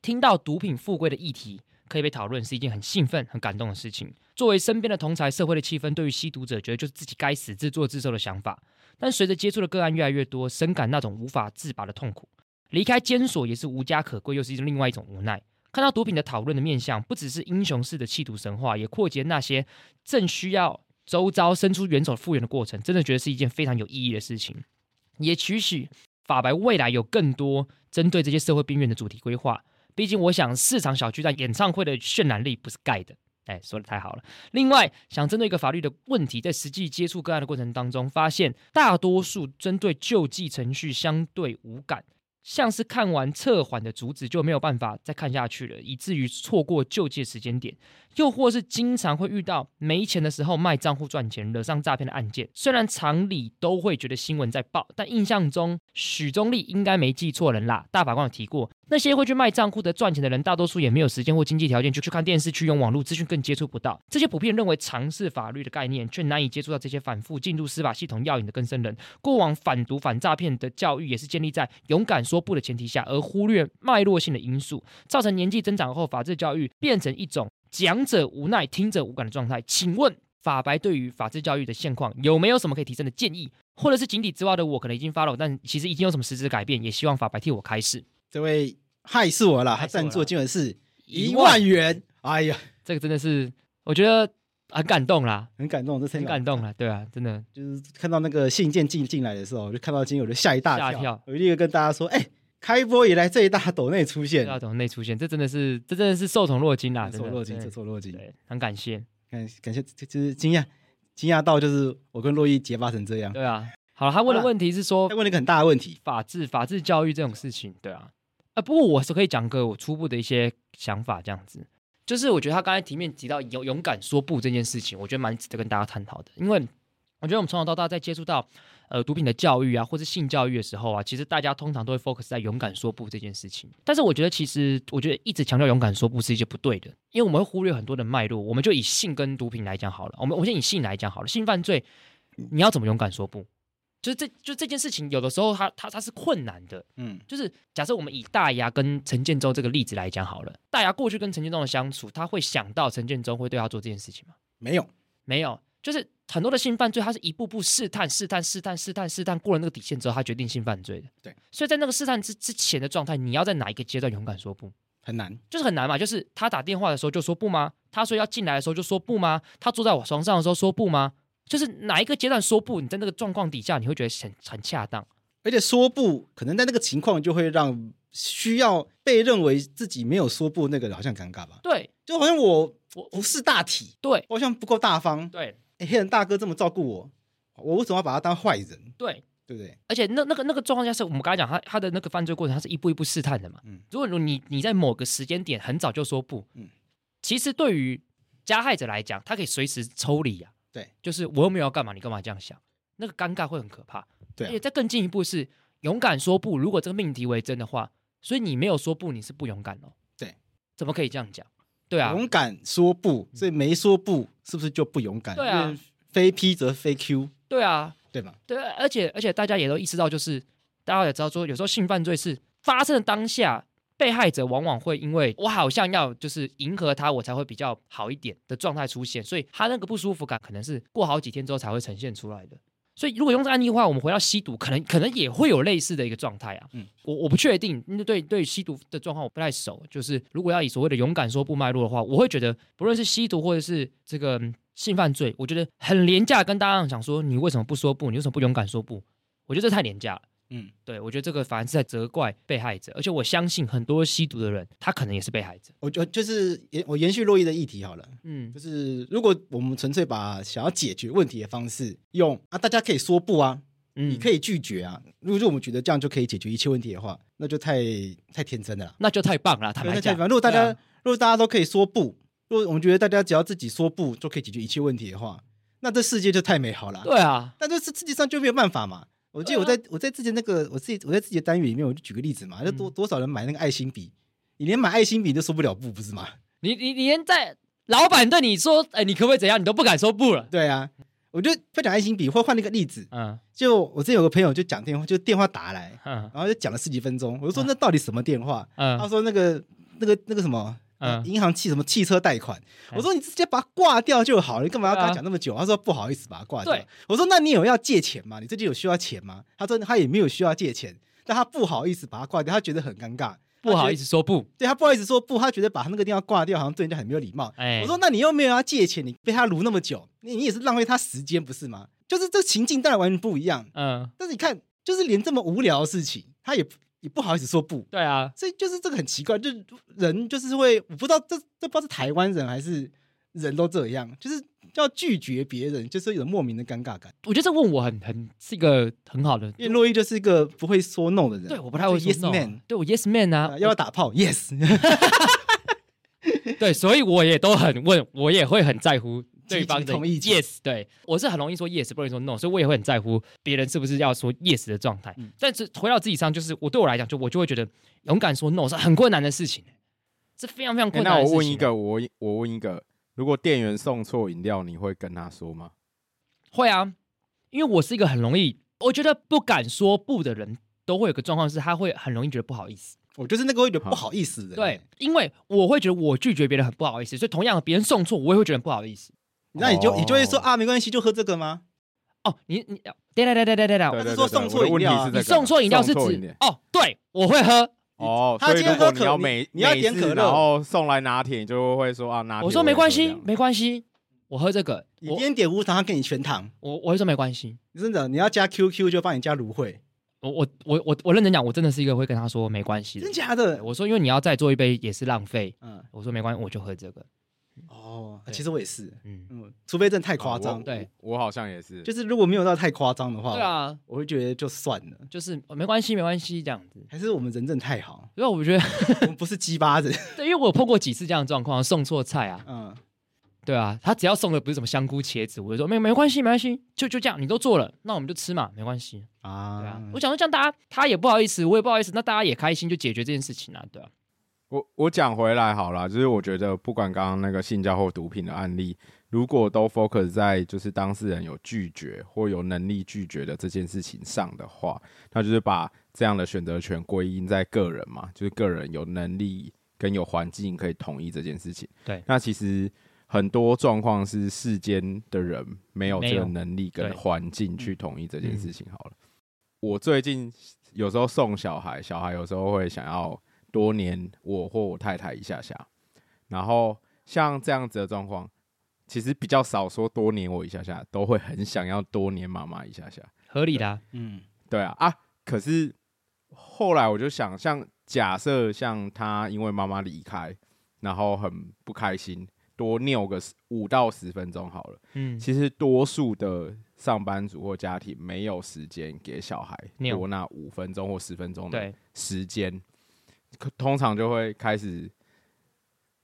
S3: 听到毒品富贵的议题可以被讨论，是一件很兴奋、很感动的事情。作为身边的同才社会的气氛，对于吸毒者觉得就是自己该死、自作自受的想法。但随着接触的个案越来越多，深感那种无法自拔的痛苦。离开监所也是无家可归，又是一种另外一种无奈。看到毒品的讨论的面向，不只是英雄式的弃毒神话，也扩及那些正需要周遭伸出援手复原的过程，真的觉得是一件非常有意义的事情。也期许法白未来有更多针对这些社会边缘的主题规划。毕竟，我想市场小巨蛋演唱会的渲染力不是盖的。哎，说的太好了。另外，想针对一个法律的问题，在实际接触个案的过程当中，发现大多数针对救济程序相对无感，像是看完撤缓的主旨就没有办法再看下去了，以至于错过救济的时间点。又或是经常会遇到没钱的时候卖账户赚钱，惹上诈骗的案件。虽然常理都会觉得新闻在报，但印象中许宗力应该没记错人啦。大法官有提过，那些会去卖账户的赚钱的人，大多数也没有时间或经济条件就去看电视、去用网络资讯，更接触不到这些普遍认为尝试法律的概念，却难以接触到这些反复进入司法系统药引的更生人。过往反毒反诈骗的教育也是建立在勇敢说不的前提下，而忽略脉络性的因素，造成年纪增长后法治教育变成一种讲者无奈、听者无感的状态。请问法白对于法治教育的现况有没有什么可以提升的建议，或者是井底之蛙的我可能已经发了，但其实已经有什么实质的改变？也希望法白替我开示。
S4: 这位害是我啦，
S3: 嗨
S4: 他
S3: 是我啦
S4: 赞助的金额是
S3: 一
S4: 一
S3: 万
S4: 万元。哎呀，
S3: 这个真的是我觉得很感动啦，
S4: 很感动，这真
S3: 很
S4: 的
S3: 感动啦，对啊，真的
S4: 就是看到那个信件进进来的时候，我就看到金额，我就吓一大
S3: 吓一
S4: 跳。
S3: 跳
S4: 我立刻跟大家说，哎、开播以来最大抖内出现，
S3: 要啊从内出现，这真的是这真的是受宠若惊啦，
S4: 这
S3: 啊真
S4: 手
S3: 的
S4: 落金，
S3: 真
S4: 这
S3: 的
S4: 手落金，
S3: 对，很感谢，
S4: 感感谢，就就是惊讶，惊讶到就是我跟洛伊结巴成这样。
S3: 对啊。好了，他问的
S4: 啊
S3: 问题是说
S4: 他问了一个很大的问题，
S3: 法治、法治教育这种事情，对啊，啊，不过我是可以讲个我初步的一些想法，这样子，就是我觉得他刚才题面提到勇勇敢说不这件事情，我觉得蛮值得跟大家探讨的，因为我觉得我们从小到大在接触到呃毒品的教育啊，或是性教育的时候啊，其实大家通常都会 focus 在勇敢说不这件事情。但是我觉得，其实我觉得一直强调勇敢说不是一件不对的，因为我们会忽略很多的脉络。我们就以性跟毒品来讲好了，我们我们先以性来讲好了，性犯罪你要怎么勇敢说不？就是这就这件事情，有的时候它它它是困难的，
S4: 嗯，
S3: 就是假设我们以大牙跟陈建州这个例子来讲好了，大牙过去跟陈建州的相处，他会想到陈建州会对他做这件事情吗？
S4: 没有，
S3: 没有，就是很多的性犯罪，他是一步步试探、试探、试探、试探、试探，过了那个底线之后，他决定性犯罪的。
S4: 对，
S3: 所以在那个试探之之前的状态，你要在哪一个阶段勇敢说不，
S4: 很难。
S3: 就是很难嘛。就是他打电话的时候就说不吗？他说要进来的时候就说不吗？他坐在我床上的时候说不吗？就是哪一个阶段说不，你在那个状况底下，你会觉得很很恰当。
S4: 而且说不，可能在那个情况就会让需要被认为自己没有说不那个人好像尴尬吧，
S3: 对，
S4: 就好像我
S3: 我
S4: 不是大体，
S3: 对
S4: 我好像不够大方。
S3: 对
S4: 哎、黑人大哥这么照顾我，我为什么要把他当坏人？
S3: 对，
S4: 对不对？
S3: 而且那那个那个状况下是我们刚才讲他他的那个犯罪过程，他是一步一步试探的嘛。
S4: 嗯
S3: 如果如你你在某个时间点很早就说不，
S4: 嗯
S3: 其实对于加害者来讲，他可以随时抽离呀、啊。
S4: 对，
S3: 就是我又没有要干嘛，你干嘛这样想？那个尴尬会很可怕。
S4: 对啊
S3: 而且再更进一步是勇敢说不。如果这个命题为真的话，所以你没有说不，你是不勇敢哦。
S4: 对，
S3: 怎么可以这样讲？对啊，
S4: 勇敢说不，所以没说不，是不是就不勇敢？
S3: 对啊
S4: 因为非 P 则非 Q，
S3: 对啊，
S4: 对吧？
S3: 对，而且而且大家也都意识到，就是大家也知道说，有时候性犯罪是发生的当下，被害者往往会因为我好像要就是迎合他，我才会比较好一点的状态出现，所以他那个不舒服感可能是过好几天之后才会呈现出来的。所以，如果用这案例的话，我们回到吸毒，可能可能也会有类似的一个状态啊。嗯
S4: 嗯，
S3: 我我不确定，因为对对吸毒的状况我不太熟。就是如果要以所谓的勇敢说不脉络的话，我会觉得，不论是吸毒或者是这个嗯性犯罪，我觉得很廉价，跟大家讲说你为什么不说不，你为什么不勇敢说不？我觉得这太廉价了。
S4: 嗯，
S3: 对，我觉得这个反而是在责怪被害者，而且我相信很多吸毒的人，他可能也是被害者。
S4: 我就就是延我延续洛伊的议题好了，
S3: 嗯
S4: 就，是如果我们纯粹把想要解决问题的方式用啊，大家可以说不啊，
S3: 嗯
S4: 你可以拒绝啊，如果我们觉得这样就可以解决一切问题的话，那就太太天真了啦。
S3: 那就太棒了，坦
S4: 对那
S3: 白
S4: 太
S3: 讲
S4: 烦。如果大家、
S3: 对啊
S4: 如果大家都可以说不，如果我们觉得大家只要自己说不就可以解决一切问题的话，那这世界就太美好了。
S3: 对啊，
S4: 但这世世界上就没有办法嘛。我记得我在、我在之前那个我自己我在自己的单元里面，我就举个例子嘛，就多、
S3: 嗯
S4: 多少人买那个爱心笔，你连买爱心笔都说不了不，不是吗？
S3: 你你你连在老板对你说，哎，你可不可以怎样，你都不敢说不了。
S4: 对啊，我就不讲爱心笔，或换那个例子，
S3: 嗯
S4: 就我之前有个朋友就讲电话，就电话打来，
S3: 嗯
S4: 然后就讲了十几分钟，我就说
S3: 啊
S4: 那到底什么电话？
S3: 嗯
S4: 他，说那个那个那个什么。
S3: 嗯
S4: 银行汽什么汽车贷款？
S3: 嗯
S4: 我说你直接把它挂掉就好了，你干嘛要跟
S3: 对
S4: 他
S3: 啊
S4: 讲那么久？他说不好意思把它挂掉
S3: 对。
S4: 我说那你有要借钱吗？你最近有需要钱吗？他说他也没有需要借钱，但他不好意思把它挂掉，他觉得很尴尬，
S3: 不好意
S4: 思，
S3: 思说不，
S4: 对他不好意思说不，他觉得把他那个地方挂掉好像对人家很没有礼貌。
S3: 哎，
S4: 我说那你又没有要借钱，你被他撸那么久，你你也是浪费他时间不是吗？就是这情境当然完全不一样，
S3: 嗯，
S4: 但是你看，就是连这么无聊的事情，他也也不好意思说不。
S3: 对啊，
S4: 所以就是这个很奇怪，就是人就是会，我不知道这这不知道是台湾人还是人都这样，就是要拒绝别人，就是有莫名的尴尬感。
S3: 我觉得这问我很很是一个很好的，
S4: 因为洛伊就是一个不会说 no 的人，
S3: 对我不太会
S4: 就
S3: 说
S4: yes
S3: no 啊
S4: man，
S3: 对我 yes man 啊
S4: 啊，要不要打炮 yes，
S3: 对，所以我也都很问，我也会很在乎对方
S4: 积极
S3: 的
S4: 同意见
S3: yes。对我是很容易说 yes，不容易说 no，所以我也会很在乎别人是不是要说 yes 的状态。
S4: 嗯
S3: 但是回到自己上，就是我对我来讲，就我就会觉得勇敢说 no 是很困难的事情，是非常非常
S4: 哎
S5: 欸
S3: 困难
S5: 那
S3: 的事情。
S5: 我问一，个，我我问一个，如果店员送错饮料，你会跟他说吗？
S3: 会啊，因为我是一个很容易，我觉得不敢说不的人，都会有个状况是，他会很容易觉得不好意思。
S4: 我就是那个会觉得不好意思的人。
S3: 对，，因为我会觉得我拒绝别人很不好意思，所以同样的别人送错，我也会觉得很不好意思。
S4: 那你就你就会说
S5: 哦
S4: 啊，没关系，就喝这个吗？
S3: 哦，你你，对对对对对对对，
S5: 对
S4: 哦他
S5: 对
S4: 是
S5: 对，
S4: 说
S5: 对
S4: 送
S5: 我
S4: 错
S5: 的
S4: 饮
S5: 问
S4: 料
S5: 题
S4: 啊
S5: 是
S3: 你
S5: 这个
S3: 送错饮料是
S5: 送错饮
S3: 指
S5: 料
S3: 哦，对我会喝，
S5: 哦，
S4: 他
S5: 所以
S4: 今天
S5: 如果
S4: 喝
S5: 你
S4: 可
S5: 要
S4: 你
S5: 美
S4: 你要
S5: 美
S4: 点
S5: 式
S4: 可乐
S5: 然后送来拿铁，你就会说啊拿
S3: 我
S5: 铁也喝这
S3: 说
S5: 样。
S3: 没关系，没关系，我喝这个，
S4: 你
S3: 我
S4: 今天点无糖，他给你全糖，
S3: 我我会说没关系，
S4: 真的，你要加 QQ 就帮你加芦荟，
S3: 我我我我我认真讲，我真的是一个会跟他说没关系的
S4: 真。假的？
S3: 嗯我说因为你要再做一杯也是浪费，
S4: 嗯，
S3: 我说没关系，我就喝这个，
S4: 哦，
S3: 对
S4: 其实我也是，
S3: 嗯，
S4: 嗯，除非真的太
S5: 啊
S4: 夸张，
S5: 我
S3: 对
S5: 我好像也是，
S4: 就是如果没有到太夸张的话，
S3: 对啊，
S4: 我会觉得就算了。
S3: 就是哦没关系没关系这样子。
S4: 还是我们人真的太好，
S3: 因为我觉得，
S4: 我们不是鸡巴人。
S3: 对，因为我有碰过几次这样的状况，送错菜啊，
S4: 嗯，
S3: 对啊，他只要送的不是什么香菇茄子，我就说没没关系没关系，就就这样，你都做了，那我们就吃嘛，没关系。
S4: 啊
S3: 对啊，我想说这样大家他也不好意思，我也不好意思，那大家也开心就解决这件事情啊，对啊，
S5: 我我讲回来好了，就是我觉得不管刚刚那个性交或毒品的案例，如果都 focus 在就是当事人有拒绝或有能力拒绝的这件事情上的话，那就是把这样的选择权归因在个人嘛，就是个人有能力跟有环境可以同意这件事情。
S3: 对
S5: 那其实很多状况是世间的人没有
S3: 没
S5: 这个
S3: 有
S5: 能力跟
S3: 对嗯
S5: 环境去同意这件事情。好了，我最近有时候送小孩，小孩有时候会想要多黏我或我太太一下下，然后像这样子的状况，其实比较少说多黏我一下下，都会很想要多黏妈妈一下下。
S3: 合理的啊、
S4: 嗯，
S5: 对啊啊！可是后来我就想，像假设像他因为妈妈离开，然后很不开心，多拗个五到十分钟好了。
S3: 嗯，
S5: 其实多数的上班族或家庭没有时间给小孩
S3: 拗
S5: 多那五分钟或十分钟的
S3: 对，
S5: 时间，可通常就会开始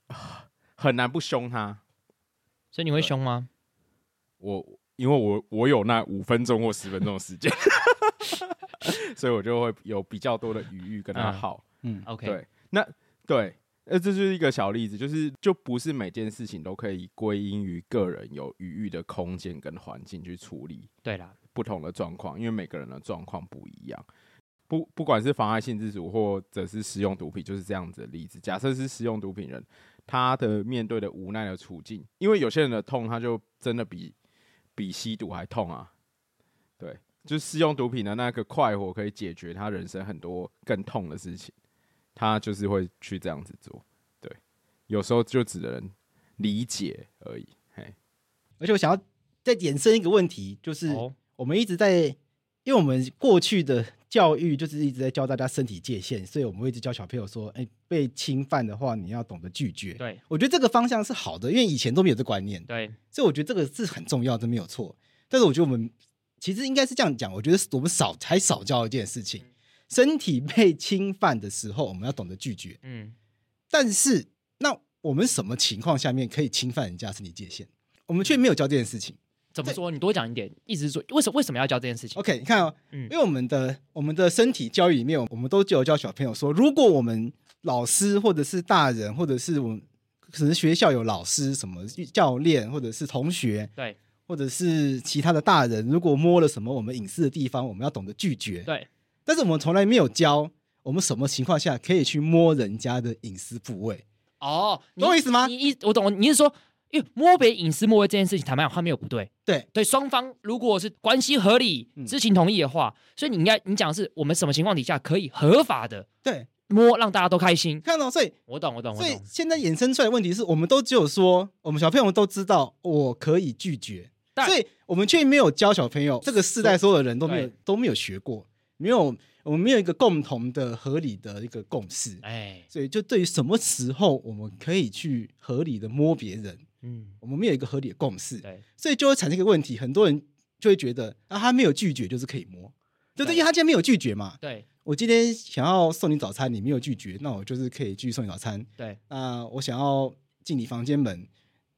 S5: 啊很难不凶他。
S3: 所以你会凶吗？
S5: 我因为我我有那五分钟或十分钟的时间， 所以我就会有比较多的余裕跟他耗。
S3: 啊
S4: 嗯
S3: OK，
S5: 对对，那这就是一个小例子，就是就不是每件事情都可以归因于个人有余裕的空间跟环境去处理
S3: 对啦，
S5: 不同的状况，因为每个人的状况不一样。不，不管是妨碍性自主或者是使用毒品，就是这样子的例子。假设是使用毒品人，他的面对的无奈的处境，因为有些人的痛，他就真的比比吸毒还痛啊。对，就是使用毒品的那个快活，可以解决他人生很多更痛的事情，他就是会去这样子做。对，有时候就只能理解而已。嘿，
S4: 而且我想要再衍生一个问题，就是
S3: 哦，
S4: 我们一直在，因为我们过去的教育就是一直在教大家身体界限，所以我们会一直教小朋友说，哎、被侵犯的话，你要懂得拒绝。
S3: 对
S4: 我觉得这个方向是好的，因为以前都没有这观念，
S3: 对，
S4: 所以我觉得这个是很重要的，没有错。但是我觉得我们其实应该是这样讲，我觉得我们少还少教一件事
S3: 嗯
S4: 情：身体被侵犯的时候，我们要懂得拒绝。
S3: 嗯，
S4: 但是，那我们什么情况下面可以侵犯人家身体界限？我们却没有教这件事情。
S3: 怎么说？你多讲一点，意思是说为什为什么要教这件事情？
S4: OK，你看哦，
S3: 嗯
S4: 因为我们的我们的身体教育里面，我们都只有教小朋友说，如果我们老师或者是大人，或者是我们可能学校有老师、什么教练，或者是同学，
S3: 对
S4: 或者是其他的大人，如果摸了什么我们隐私的地方，我们要懂得拒绝。
S3: 对
S4: 但是我们从来没有教我们什么情况下可以去摸人家的隐私部位？
S3: 哦，你
S4: 懂我意思吗
S3: 你一我懂，你是说，因为摸别人隐私摸位这件事情，坦白讲，他没有不对。
S4: 对
S3: 对，双方如果是关系合理、
S4: 嗯
S3: 知情同意的话，所以你应该你讲的是我们什么情况底下可以合法的
S4: 对，
S3: 摸，让大家都开心
S4: 你。看哦到、所以
S3: 我懂，我懂，我
S4: 所以
S3: 懂。
S4: 现在衍生出来的问题是我们都只有说，我们小朋友都知道我可以拒绝，
S3: 但
S4: 所以我们却没有教小朋友，这个世代所有的人都没有
S3: 对
S4: 都没有学过，没有我们没有一个共同的合理的一个共识，
S3: 哎，
S4: 所以就对于什么时候我们可以去合理的摸别人，
S3: 嗯，
S4: 我们没有一个合理的共识，
S3: 对，
S4: 所以就会产生一个问题，很多人就会觉得啊，他没有拒绝就是可以摸，对不
S3: 对
S4: 对？因为他今天没有拒绝嘛，
S3: 对，
S4: 我今天想要送你早餐，你没有拒绝，那我就是可以继续送你早餐。
S3: 对，
S4: 那我想要进你房间门，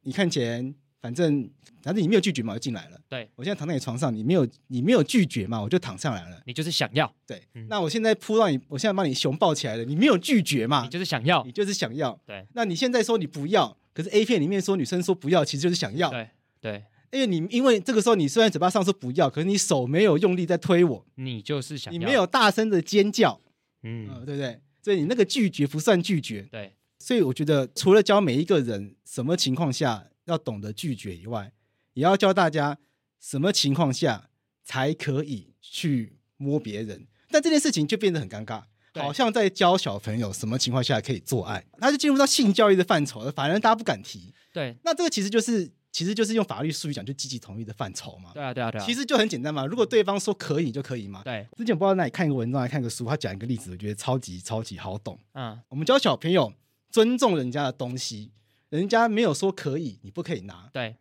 S4: 你看钱，反正反正你没有拒绝嘛，我就进来了。
S3: 对
S4: 我现在躺在你床上，你没有你没有拒绝嘛，我就躺上来了。
S3: 你就是想要，
S4: 对，
S3: 嗯
S4: 那我现在扑到你，我现在把你熊抱起来了，你没有拒绝嘛，
S3: 你就是想要
S4: 啊你，就是想要。
S3: 对，
S4: 那你现在说你不要，可是 A 片里面说女生说不要，其实就是想要。
S3: 对，对，
S4: 因为你因为这个时候你虽然嘴巴上说不要，可是你手没有用力在推我，
S3: 你就是想
S4: 你
S3: 要，
S4: 没，有大声的尖叫，呃，
S3: 嗯，
S4: 对不对？所以你那个拒绝不算拒绝，
S3: 对，
S4: 所以我觉得，除了教每一个人什么情况下要懂得拒绝以外，也要教大家什么情况下才可以去摸别人。但这件事情就变得很尴尬，
S3: 对
S4: 好像在教小朋友什么情况下可以做爱，他就进入到性教育的范畴了。反而大家不敢提。
S3: 对，
S4: 那这个其实就是，其实就是用法律术语讲，就积极同意的范畴嘛。
S3: 对啊，对啊，对啊，
S4: 其实就很简单嘛，如果对方说可以就可以嘛。
S3: 对，
S4: 之前我不知道哪里看一个文章，还看一个书，他讲一个例子，我觉得超级超级好懂。
S3: 嗯，
S4: 我们教小朋友尊重人家的东西，人家没有说可以，你不可以拿。
S3: 对，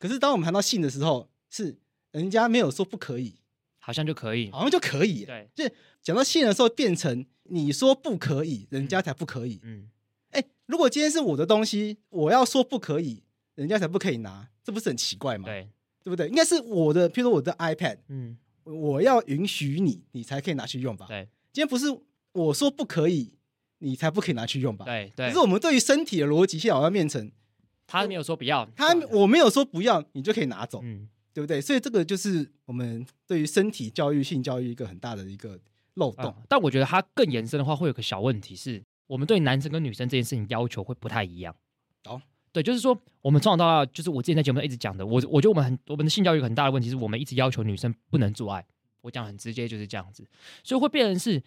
S4: 可是当我们谈到性的时候，是人家没有说不可以，
S3: 好像就可以，
S4: 好像就可以。
S3: 对，
S4: 就是讲到性的时候，变成你说不可以，人家才不可以。
S3: 嗯，
S4: 哎、如果今天是我的东西，我要说不可以，人家才不可以拿，这不是很奇怪吗？，
S3: 对，
S4: 不对？应该是我的，譬如说我的 iPad，
S3: 嗯，
S4: 我要允许你，你才可以拿去用吧？
S3: 对，
S4: 今天不是我说不可以，你才不可以拿去用吧？
S3: 对，
S4: 可
S3: 对
S4: 是，我们对于身体的逻辑，现在好像变成
S3: 他没有说不要，
S4: 他，我没有说不要，你就可以拿走，
S3: 嗯，
S4: 对不对？所以这个就是我们对于身体教育、性教育一个很大的一个漏洞。
S3: 嗯但我觉得它更延伸的话，会有个小问题是，我们对男生跟女生这件事情要求会不太一样。
S4: 哦，
S3: 对，就是说我们从小到大，就是我之前在节目上一直讲的，我我觉得我们很我们的性教育有很大的问题是我们一直要求女生不能做爱，我讲很直接就是这样子，所以会变成是，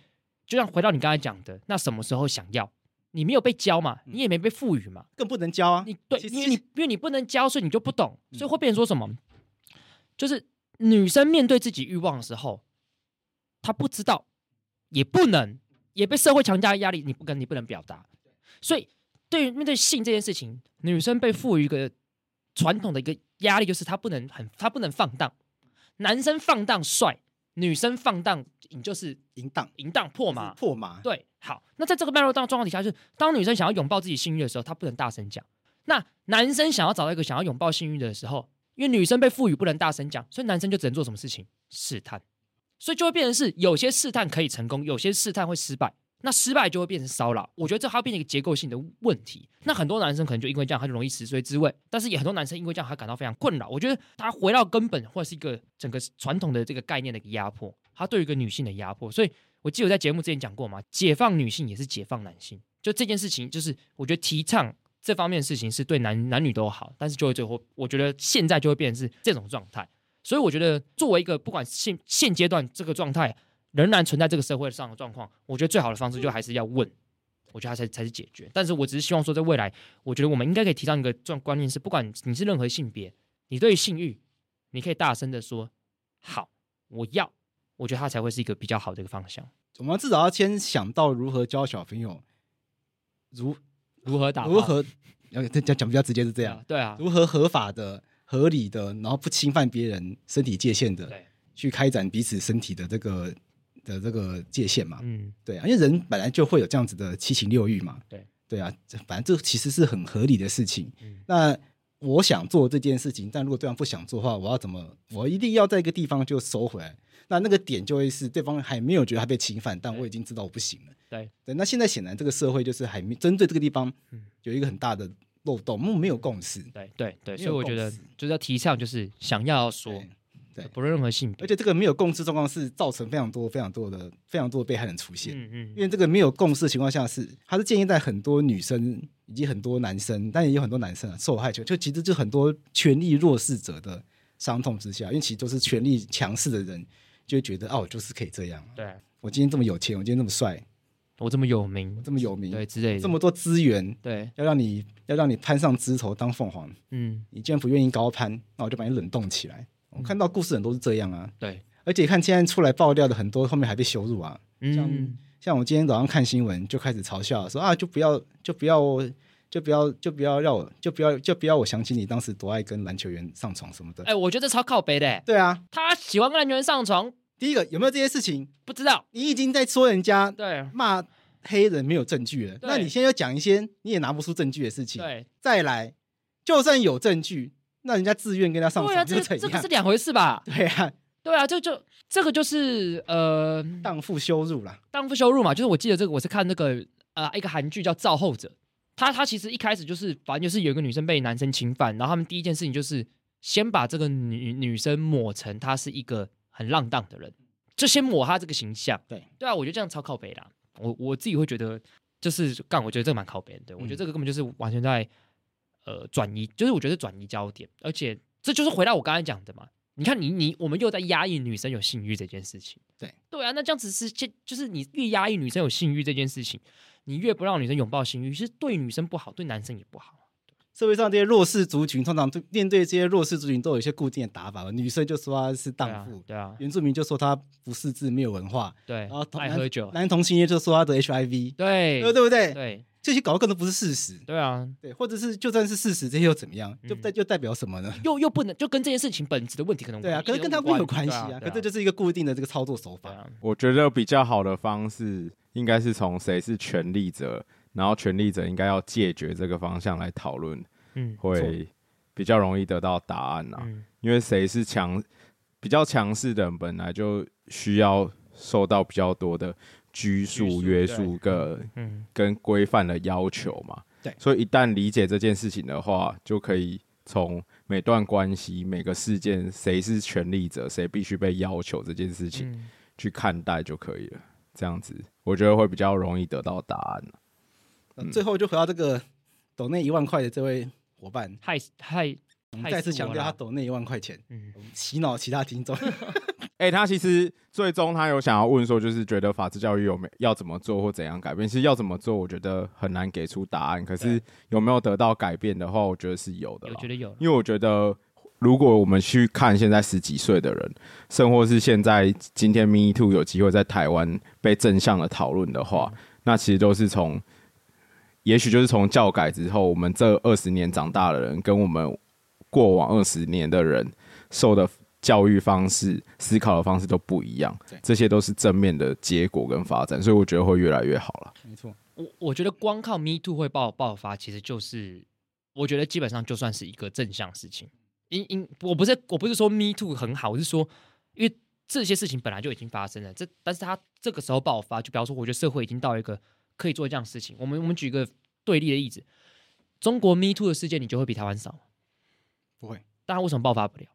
S3: 就像回到你刚才讲的，那什么时候想要？你没有被教嘛，
S4: 嗯
S3: 你也没被赋予嘛，
S4: 更不能教啊！
S3: 你对，
S4: 其实
S3: 因为你因为你不能教，所以你就不懂，
S4: 嗯
S3: 所以会变成说什么？就是女生面对自己欲望的时候，她不知道，也不能，也被社会强加的压力，你不跟你不能表达，所以对于面对性这件事情，女生被赋予一个传统的一个压力，就是她不能很，她不能放荡，男生放荡帅，女生放荡，你就是
S4: 淫荡
S3: 淫荡破嘛，
S4: 就是破马，
S3: 对，好，那在这个脉络当状况底下，就是当女生想要拥抱自己性欲的时候，她不能大声讲；那男生想要找到一个想要拥抱性欲的时候，因为女生被赋予不能大声讲，所以男生就只能做什么事情？试探。所以就会变成是有些试探可以成功，有些试探会失败。那失败就会变成骚扰，我觉得这还会变成一个结构性的问题。那很多男生可能就因为这样，他就容易食髓知味，但是也很多男生因为这样，他感到非常困扰。我觉得他回到根本，或者是一个整个传统的这个概念的一个压迫，他对于一个女性的压迫。所以我记得我在节目之前讲过嘛，解放女性也是解放男性，就这件事情，就是我觉得提倡这方面的事情是对男男女都好，但是就会最后，我觉得现在就会变成是这种状态。所以我觉得，作为一个不管现现阶段这个状态仍然存在这个社会上的状况，我觉得最好的方式就还是要问，我觉得它才才是解决。但是我只是希望说，在未来，我觉得我们应该可以提倡一个状观念是，不管你是任何性别，你对于性欲，你可以大声的说好，我要，我觉得它才会是一个比较好的一个方向。
S4: 我们至少要先想到如何教小朋友，如
S3: 如何打？
S4: 如？何，呃这讲讲比较直接是这
S3: 对
S4: 样
S3: 啊，，对啊，
S4: 如何合法的、合理的，然后不侵犯别人身体界限的，
S3: 对，
S4: 去开展彼此身体的这个的这个界限嘛。
S3: 嗯，
S4: 对啊，因为人本来就会有这样子的七情六欲嘛。
S3: 对
S4: 对啊，这反正这其实是很合理的事情。
S3: 嗯
S4: 那我想做这件事情，但如果对方不想做的话，我要怎么？我一定要在一个地方就收回来。那那个点就会是对方还没有觉得他被侵犯，但
S3: 对
S4: 我已经知道我不行了。
S3: 对
S4: 对，那现在显然这个社会就是还没针对这个地方
S3: 嗯
S4: 有一个很大的漏洞，没有没有共识。
S3: 对对对，
S4: 没
S3: 所以
S4: 有
S3: 我觉
S4: 共
S3: 得
S4: 识
S3: 就是要提倡，就是想要说
S4: 对，对
S3: 不论任何性别
S4: 而。且这个没有共识状况是造成非常多、非常多的、非常多的被害人出现。
S3: 嗯
S4: 因
S3: 嗯，
S4: 为这个没有共识的情况下是，它是建议在很多女生以及很多男生，但也有很多男生啊受害者，就其实就很多权力弱势者的伤痛之下，因为其实都是权力强势的人就会觉得哦，我就是可以这样，
S3: 对
S4: 我今天这么有钱，我今天这么帅，
S3: 我这么有名，
S4: 这么有名，
S3: 对之类的，
S4: 这么多资源，
S3: 对，
S4: 要让你要让你攀上枝头当凤凰，
S3: 嗯
S4: 你既然不愿意高攀，那我就把你冷冻起来。我看到故事很多是这样啊，
S3: 对，
S4: 而且看现在出来爆料的很多，后面还被羞辱啊，
S3: 嗯
S4: 像我今天早上看新闻就开始嘲笑说啊，就不要就不要就不要就不要让我就不要就不要我想起你当时多爱跟篮球员上床什么的。
S3: 哎，我觉得这超靠北的欸，
S4: 对啊，
S3: 他喜欢跟篮球人上床，
S4: 第一个有没有这些事情？
S3: 不知道，
S4: 你已经在说人家
S3: 对
S4: 骂黑人没有证据了，
S3: 对
S4: 那你现在要讲一些你也拿不出证据的事情。
S3: 对
S4: 再来，就算有证据，那人家自愿跟他上
S3: 对啊，
S4: 床
S3: 这
S4: 又
S3: 个
S4: 怎
S3: 这个是
S4: 样？
S3: 两回事吧？
S4: 对啊，
S3: 对啊，就就这个就是呃
S4: 荡妇羞辱啦。
S3: 荡妇羞辱嘛，就是我记得这个我是看那个呃一个韩剧叫《造后者》，他他其实一开始就是反正就是有一个女生被男生侵犯，然后他们第一件事情就是先把这个女女生抹成她是一个很浪荡的人，就先抹她这个形象。
S4: 对
S3: 对啊，我觉得这样超靠北啦，我我自己会觉得就是干，我觉得这个蛮靠北的，对我觉得这个根本就是完全在呃转移，就是我觉得转移焦点，而且这就是回到我刚才讲的嘛。你看你，你我们又在压抑女生有性欲这件事情。
S4: 对
S3: 对啊，那这样子是就就是你越压抑女生有性欲这件事情，你越不让女生拥抱性欲，是对女生不好，对男生也不好。
S4: 社会上这些弱势族群，通常对面对这些弱势族群都有一些固定的打法嘛。女生就说她是
S3: 对
S4: 荡
S3: 啊
S4: 妇，
S3: 对啊，
S4: 原住民就说她不识字、没有文化，
S3: 对
S4: 然后，同
S3: 爱
S4: 男
S3: 喝酒，
S4: 男同性恋就说她得 HIV，
S3: 对
S4: 对对不对？
S3: 对
S4: 这些搞得根本不是事实，
S3: 对啊，
S4: 对，或者是就算是事实，这些又怎么样？就
S3: 嗯
S4: 代又代表什么呢？
S3: 又又不能就跟这件事情本质的问题可能
S4: 对啊，
S3: 一
S4: 可
S3: 点
S4: 是跟
S3: 都
S4: 他
S3: 嗯无
S4: 没有关系
S3: 对
S4: 啊，可
S3: 对
S4: 这就是一个固定的这个操作手
S3: 对
S4: 法。
S3: 啊
S5: 我觉得比较好的方式应该是从谁是权力者，然后权力者应该要解决这个方向来讨论，
S3: 嗯
S5: 会比较容易得到答案啊。
S3: 嗯
S5: 因为谁是强比较强势的人，本来就需要受到比较多的拘
S3: 拘束
S5: 束、约束跟
S3: 嗯，
S5: 跟规范的要求嘛。
S4: 对
S5: 所以一旦理解这件事情的话，就可以从每段关系、每个事件，谁是权力者，谁必须被要求这件事情、
S3: 嗯
S5: 去看待就可以了。这样子，我觉得会比较容易得到答案。啊
S4: 呃
S3: 嗯
S4: 最后就回到这个抖内一万块的这位伙伴，
S3: 害害
S4: 我们
S3: 害
S4: 再次
S3: 死我
S4: 强调他
S3: 啦
S4: 抖内一万块钱，
S3: 嗯
S4: 我们洗脑其他听众。
S5: 哎、他其实最终他有想要问说，就是觉得法治教育有没要怎么做或怎样改变？其实要怎么做，我觉得很难给出答案。可是有没有得到改变的话，我觉得是有的
S3: 我
S5: 啦。
S3: 觉得有啦
S5: 因为我觉得，如果我们去看现在十几岁的人，甚或是现在今天 Me Too 有机会在台湾被正向的讨论的话，那其实都是从，也许就是从教改之后，我们这二十年长大的人，跟我们过往二十年的人受的教育方式、思考的方式都不一样
S4: 对，
S5: 这些都是正面的结果跟发展，所以我觉得会越来越好了。
S4: 没错，
S3: 我我觉得光靠 Me Too 会爆爆发，其实就是我觉得基本上就算是一个正向事情。因因我不是我不是说 Me Too 很好，我是说因为这些事情本来就已经发生了，这但是它这个时候爆发，就比方说，我觉得社会已经到一个可以做这样的事情。我们我们举一个对立的例子，中国 Me Too 的事件你就会比台湾少，
S4: 不会，
S3: 但它为什么爆发不了？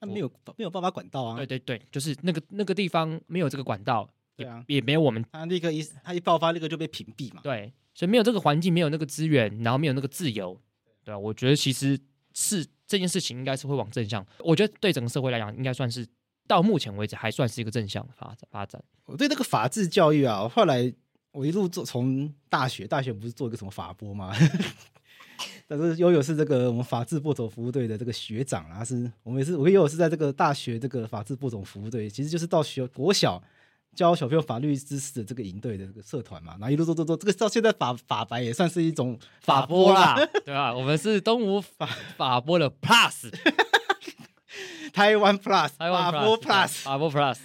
S4: 那没有没有办法管道啊
S3: 对。对对，就是那个那个地方没有这个管道，
S4: 对啊
S3: 也也没有我们
S4: 他立刻一他一爆发，立刻就被屏蔽嘛。
S3: 对，所以没有这个环境，没有那个资源，然后没有那个自由，对啊，我觉得其实是这件事情应该是会往正向，我觉得对整个社会来讲，应该算是到目前为止还算是一个正向的发展发展。
S4: 我对这个法治教育啊，我后来我一路做从大学，大学不是做一个什么法播吗？ 但是悠悠是这个我们法治播种服务队的这个学长啊，是我们也是我跟悠悠是在这个大学这个法治播种服务队，其实就是到学国小教小朋友法律知识的这个营队的这个社团嘛，然后一路做做做，这个到现在法法白也算是一种法播啦，，
S3: 对吧、我们是东吴法法波的 Plus，
S4: 台湾 Plus
S3: 台
S4: 法
S3: 湾啊
S4: 播 Plus。
S3: 法 波 Plus，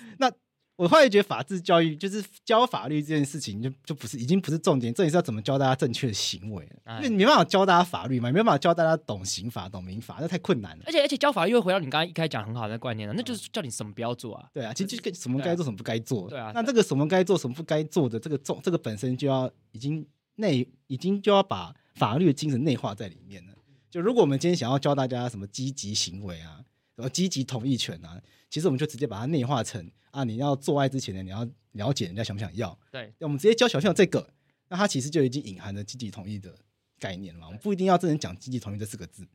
S4: 我后来觉得法治教育就是教法律这件事情就，就不是已经不是重点，重点是要怎么教大家正确的行为了，
S3: 哎
S4: 因为你没办法教大家法律嘛，你没办法教大家懂刑法、懂民法，那太困难了。
S3: 而且而且教法又回到你刚刚一开始讲很好的观念了，那
S4: 嗯
S3: 就是叫你什么不要做啊。
S4: 对啊，其实就跟什么该做、什么不该做。
S3: 对啊
S4: 那这个什么该做、什么不该做的这个重，这个本身就要已经内，已经就要把法律的精神内化在里面了。就如果我们今天想要教大家什么积极行为啊，呃积极同意权啊，其实我们就直接把它内化成啊，你要做爱之前呢，你要了解人家想不想要。
S3: 对，
S4: 我们直接教小朋友这个，那它其实就已经隐含了积极同意的概念了嘛。我们不一定要真的讲积极同意这四个字，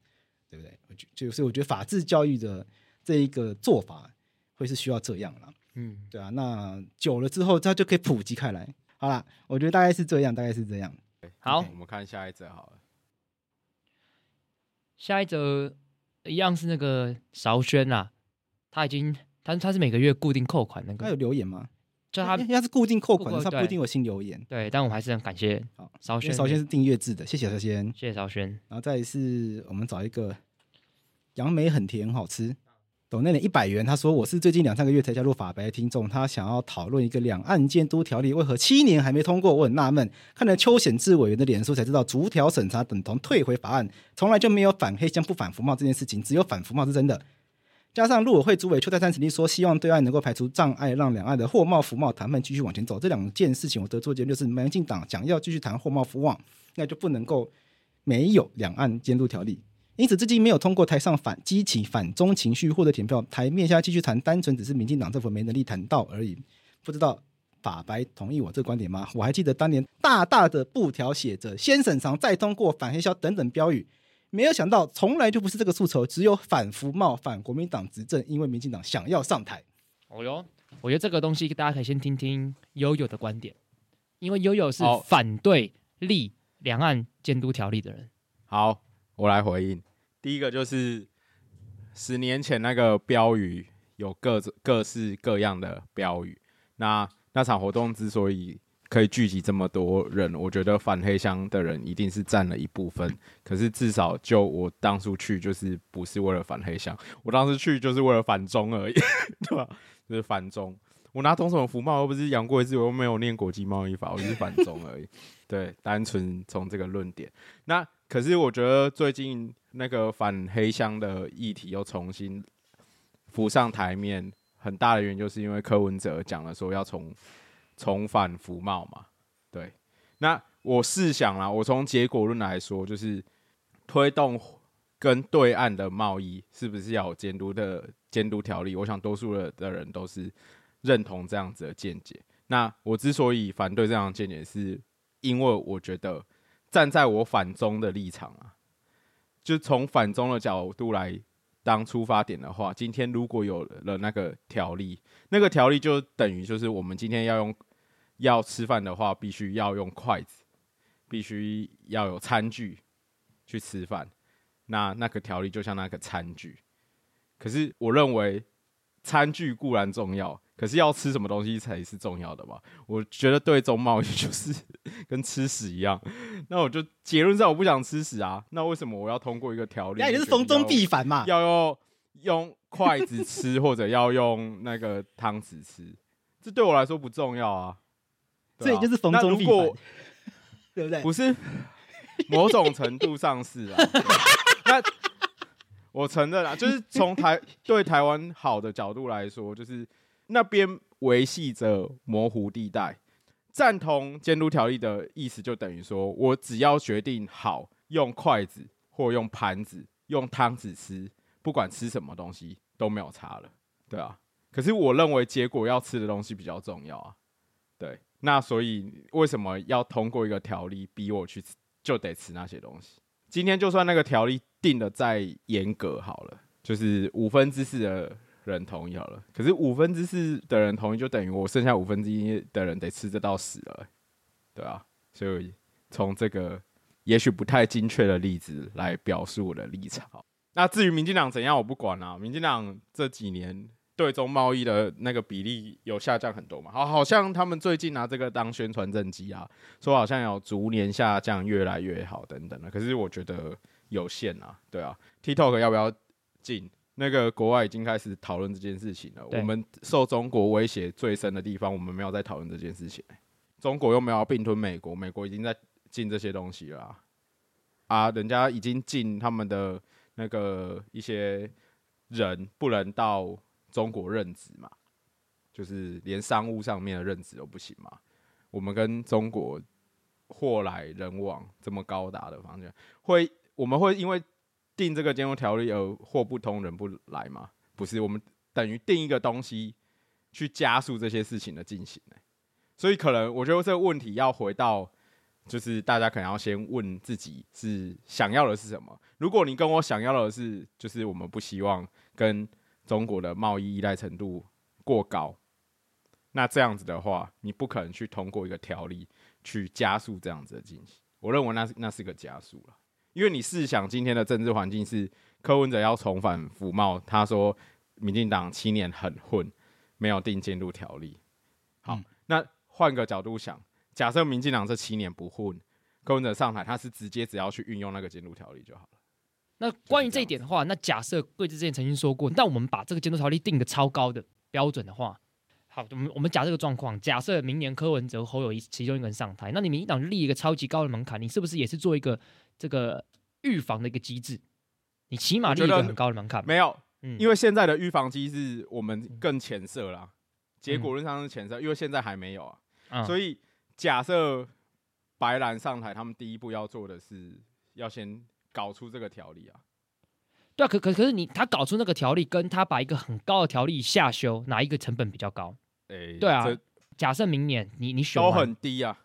S4: 对不对？我觉就所以我觉得法治教育的这一个做法会是需要这样啦。
S3: 嗯，
S4: 对啊，那久了之后，它就可以普及开来。好啦，我觉得大概是这样，大概是这样。
S3: 好
S5: 我们看下一则好了。
S3: 下一则一样是那个韶轩啊，他已经他他是每个月固定扣款那
S4: 那有
S3: 个，
S4: 留言吗？
S3: 就 啊他
S4: 因为它是固定扣款
S3: 固
S4: 的，
S3: 扣
S4: 它不
S3: 对
S4: 一定有新留言。
S3: 对，但我还是很感谢
S4: 好
S3: 韶
S4: 因
S3: 轩
S4: 为
S3: 的，
S4: 首先是订阅制的，谢谢首先。
S3: 谢谢韶轩，
S4: 然后再来是我们找一个杨梅很甜，很好吃。抖内了一百元，他说我是最近两三个月才加入法白的听众，他想要讨论一个两岸监督条例为何七年还没通过，我很纳闷。看了邱显志委员的脸书才知道，逐条审查等同退回法案，从来就没有反黑箱不反服贸这件事情，只有反服贸是真的。加上陆委会主委邱泰山曾经说，希望对岸能够排除障碍，让两岸的货贸服贸谈判继续往前走。这两件事情，我得出的结论就是，民进党想要继续谈货贸服贸，那就不能够没有两岸监督条例。因此，至今没有通过台上反激起反中情绪或者填票，台面下继续谈，单纯只是民进党政府没能力谈到而已。不知道法白同意我这观点吗？我还记得当年大大的布条写着“先审查再通过”“反黑销”等等标语，没有想到从来就不是这个诉求，只有反服贸、反国民党执政，因为民进党想要上台。
S3: 哦哟，我觉得这个东西大家可以先听听悠悠的观点，因为悠悠是
S5: 好
S3: 反对立两岸监督条例的人，
S5: 好，我来回应。第一个就是十年前那个标语有各种各式各样的标语。那那场活动之所以可以聚集这么多人，我觉得反黑箱的人一定是占了一部分。可是至少就我当初去，就是不是为了反黑箱，我当时去就是为了反中而已， 对吧？就是反中。我拿同什么福帽，又不是杨贵志，我又没有念国际贸易法，我就是反中而已。对，单纯从这个论点。那可是我觉得最近那个反黑箱的议题又重新浮上台面，很大的原因就是因为柯文哲讲了说要重重返服贸嘛。对，那我试想啦，我从结果论来说，就是推动跟对岸的贸易是不是要有监督的监督条例？我想多数的的人都是认同这样子的见解。那我之所以反对这样的见解，是因为我觉得站在我反中的立场啊，就从反中的角度来当出发点的话，今天如果有了那个条例，那个条例就等于就是我们今天要用要吃饭的话，必须要用筷子，必须要有餐具去吃饭。那那个条例就像那个餐具，可是我认为餐具固然重要，可是要吃什么东西才是重要的吧？我觉得对中贸易就是 跟吃屎一样。那我就结论上我不想吃屎啊，那为什么我要通过一个条例？
S4: 那也就是逢中必反嘛。
S5: 要用用筷子吃，或者要用那个汤匙吃，这对我来说不重要啊。对
S4: 所
S5: 啊
S4: 以就是逢
S5: 那
S4: 中
S5: 如
S4: 必
S5: 果
S4: 反，对不对？
S5: 不是某种程度上是 啊。对那我承认啊，就是从台对台湾好的角度来说，就是那边维系着模糊地带。赞同监督条例的意思，就等于说我只要决定好用筷子或用盘子、用汤匙吃，不管吃什么东西都没有差了，对啊。可是我认为结果要吃的东西比较重要啊。对，那所以为什么要通过一个条例逼我去吃，就得吃那些东西？今天就算那个条例定的再严格好了，就是五分之四的人同意好了，可是五分之四的人同意，就等于我剩下五分之一的人得吃这道屎了、对啊，所以从这个也许不太精确的例子来表述我的立场。那至于民进党怎样，我不管啦、民进党这几年对中贸易的那个比例有下降很多嘛？好，好像他们最近拿这个当宣传政绩啊，说好像有逐年下降，越来越好等等的。可是我觉得有限啊，对啊，TikTok 要不要进？那个国外已经开始讨论这件事情了。
S3: 对
S5: 我们受中国威胁最深的地方，我们没有在讨论这件事情、欸中国又没有要并吞美国，美国已经在进这些东西了啊，啊人家已经进他们的那个一些人不能到中国任职嘛，就是连商务上面的任职都不行嘛。我们跟中国货来人往这么高达的方向，会我们会因为定这个监督条例而货不通人不来吗？不是，我们等于定一个东西去加速这些事情的进行、欸所以可能我觉得这个问题要回到，就是大家可能要先问自己是想要的是什么。如果你跟我想要的是，就是我们不希望跟中国的贸易依赖程度过高，那这样子的话，你不可能去通过一个条例去加速这样子的进行。我认为那是那是个加速了，因为你试想今天的政治环境是柯文哲要重返服贸，他说民进党七年很混，没有定监督条例。好，
S4: 嗯
S5: 那换个角度想，假设民进党这七年不混，柯文哲上台，他是直接只要去运用那个监督条例就好了。
S3: 那关于这一点的话，那假设贵志之前曾经说过，那我们把这个监督条例定个超高的标准的话，好，我们我们假这个状况，假设明年柯文哲、侯友谊其中一个人上台，那你民进党立一个超级高的门槛，你是不是也是做一个这个预防的一个机制？你起码立一
S5: 我觉
S3: 个
S5: 得
S3: 很高的门槛嘛，
S5: 没有，
S3: 嗯，
S5: 因
S3: 为
S5: 为现在的预防机制我们更前设啦，结果论上是前设，因为现在还没有啊。所
S3: 以
S5: 以假设白兰上台，他们第一步要做的是要先搞出这个条例啊。
S3: 对啊，可可可是你他搞出那个条例，跟他把一个很高的条例下修，哪一个成本比较高？
S5: 诶、
S3: 对啊
S5: 这
S3: 假设明年你你选
S5: 都
S3: 完
S5: 很低啊。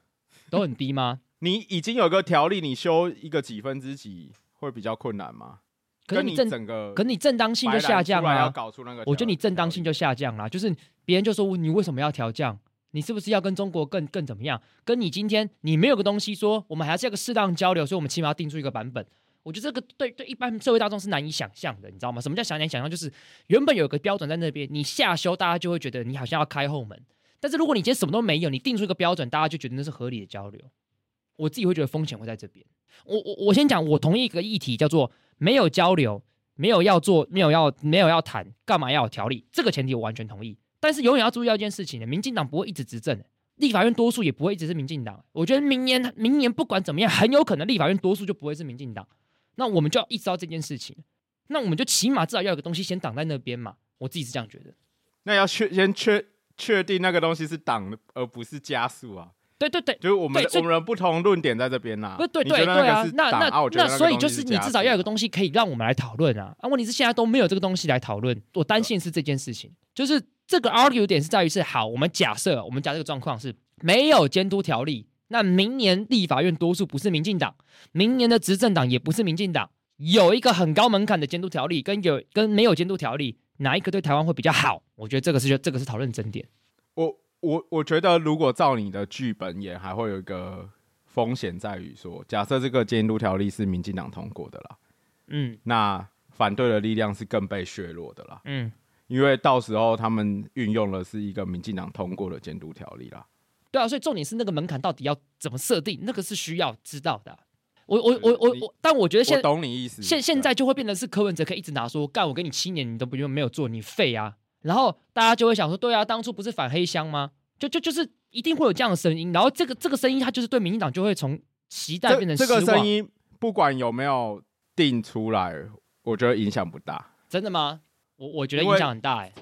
S3: 都很低 吗？
S5: 你已经有个条例，你修一个几分之几会比较困难吗？
S3: 可是
S5: 跟你
S3: 正
S5: 整个，
S3: 可是你正当性就下降了、啊
S5: 要搞出那个条，
S3: 我觉得你正当性就下降啦，就是别人就说你为什么要调降？你是不是要跟中国更更怎么样？跟你今天你没有个东西说，我们还是要个适当交流，所以我们起码要定出一个版本。我觉得这个对对一般社会大众是难以想象的，你知道吗？什么叫想难想象？就是原本有个标准在那边，你下修，大家就会觉得你好像要开后门。但是如果你今天什么都没有，你定出一个标准，大家就觉得那是合理的交流。我自己会觉得风险会在这边。我我我先讲，我同意一个议题叫做没有交流，没有要做，没有要没有要谈，干嘛要有条例？这个前提我完全同意。但是永远要注意到一件事情呢，民进党不会一直执政的，立法院多数也不会一直是民进党。我觉得明年明年不管怎么样，很有可能立法院多数就不会是民进党。那我们就要意识到这件事情，那我们就起码至少要有个东西先挡在那边嘛。我自己是这样觉得。
S5: 那要确先确确定那个东西是党的，而不是加速啊。
S3: 对对对，
S5: 就是我们
S3: 对
S5: 的
S3: 所
S5: 我
S3: 以
S5: 们的不同论点在这边呐、
S3: 不是对
S5: 你觉
S3: 对
S5: 得
S3: 对
S5: 那
S3: 啊
S5: 个是，
S3: 那
S5: 党
S3: 那
S5: 啊我觉得
S3: 那
S5: 个
S3: 所以
S5: 东西
S3: 就是你
S5: 加
S3: 至少要有个
S5: 速
S3: 东西可以让我们来讨论啊。啊，问题是现在都没有这个东西来讨论，我担心是这件事情，就是这个 argue 点是在于是好，我们假设我们假设这个状况是没有监督条例，那明年立法院多数不是民进党，明年的执政党也不是民进党，有一个很高门槛的监督条例，跟有跟没有监督条例，哪一个对台湾会比较好？我觉得这个是这个是讨论争点。
S5: 我我我觉得，如果照你的剧本演，还会有一个风险在于说，假设这个监督条例是民进党通过的啦，
S3: 嗯
S5: 那反对的力量是更被削弱的啦，
S3: 嗯，
S5: 因为到时候他们运用的是一个民进党通过的监督条例啦。
S3: 对啊，所以重点是那个门槛到底要怎么设定，那个是需要知道的啊、我我我我
S5: 你
S3: 我，但我觉得现
S5: 我懂你意啊思。
S3: 现现在就会变成是柯文哲可以一直拿说，干我给你七年，你都不用没有做，你废啊！然后大家就会想说，对啊，当初不是反黑箱吗？就就就是一定会有这样的声音，然后这个这个声音，它就是对民进党就会从期待变
S5: 这
S3: 成
S5: 这个
S3: 失望
S5: 声音，不管有没有定出来，我觉得影响不大。
S3: 真的吗？我我觉得
S5: 因为
S3: 影响很大哎、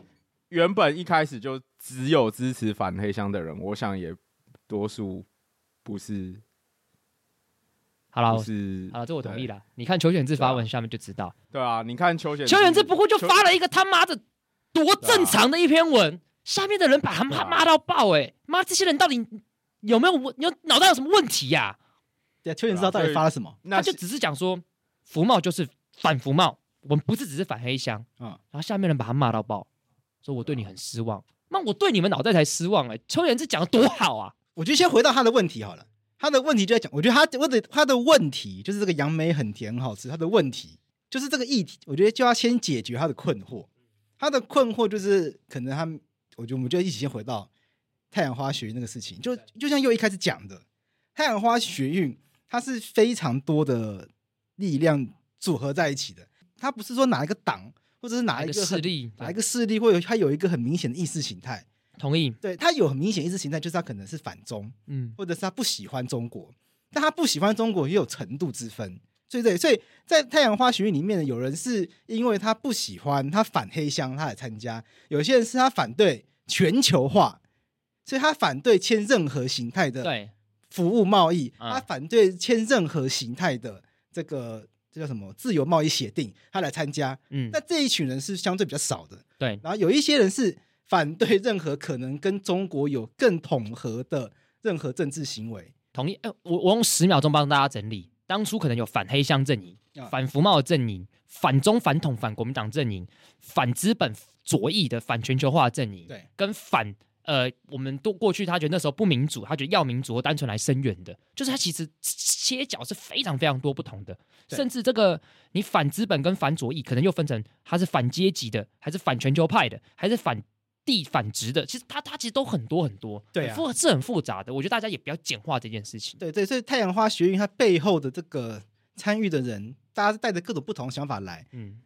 S5: 原本一开始就只有支持反黑箱的人，我想也多数不是
S3: 好啦，
S5: 不
S3: 我
S5: 是啊
S3: 好了，这我同意啦。你看邱显志发文下面就知道，
S5: 对啊，你看邱显
S3: 邱显志不过就
S5: 邱
S3: 发了一个他妈的多
S5: 对啊
S3: 正常的一篇文，下面的人把他
S5: 对
S3: 骂
S5: 啊
S3: 骂到爆哎、妈这些人到底有没有问？有脑袋有什么问题呀、
S4: 对啊，邱显知道到底发了什么？
S5: 那
S3: 他就只是讲说服贸就是反服贸，我们不是只是反黑箱。
S4: 嗯
S5: 啊
S3: 然后下面人把他骂到爆，说我对你很失望。那我对你们脑袋才失望哎、邱元志讲的多好啊！
S4: 我觉得先回到他的问题好了。他的问题就在讲，我觉得他我的他的问题就是这个杨梅很甜很好吃。他的问题就是这个议题，我觉得就要先解决他的困惑。他的困惑就是可能他，我觉得我们就一起先回到太阳花学运那个事情。就就像又一开始讲的，太阳花学运它是非常多的力量组合在一起的，它不是说哪一个党或者是哪
S3: 哪
S4: 一
S3: 个
S4: 个很
S3: 势力？
S4: 哪一个势力会有它有一个很明显的意识形态。
S3: 同意？
S4: 对，它有很明显意识形态，就是它可能是反中。
S3: 嗯，
S4: 或者是他不喜欢中国，但他不喜欢中国也有程度之分。所以对，所以在太阳花学运里面呢，有人是因为他不喜欢，他反黑箱，他来参加；有些人是他反对全球化，所以他反对签任何形态的
S3: 对，
S4: 服务贸易，
S3: 嗯
S4: 他反对签任何形态的这个这叫什么自由贸易协定，他来参加。
S3: 嗯
S4: 那，这一群人是相对比较少的，
S3: 对，
S4: 然后有一些人是反对任何可能跟中国有更统合的任何政治行为。
S3: 同意。呃，我我用十秒钟帮大家整理，当初可能有反黑箱阵营、
S4: 啊
S3: 反服贸的阵营、反中反统反国民党阵营、反资本左翼的反全球化的阵营，
S4: 对，
S3: 跟反。呃，我们都过去，他觉得那时候不民主，他觉得要民主，单纯来声援的，就是他其实切角是非常非常多不同的，
S4: 对
S3: 甚至这个你反资本跟反左翼，可能又分成他是反阶级的，还是反全球派的，还是反地反直的，其实他他其实都很多很多，
S4: 对啊
S3: 很复是很复杂的。我觉得大家也不要简化这件事情。
S4: 对对，所以太阳花学运它背后的这个参与的人，大家是带着各种不同的想法来，
S3: 嗯，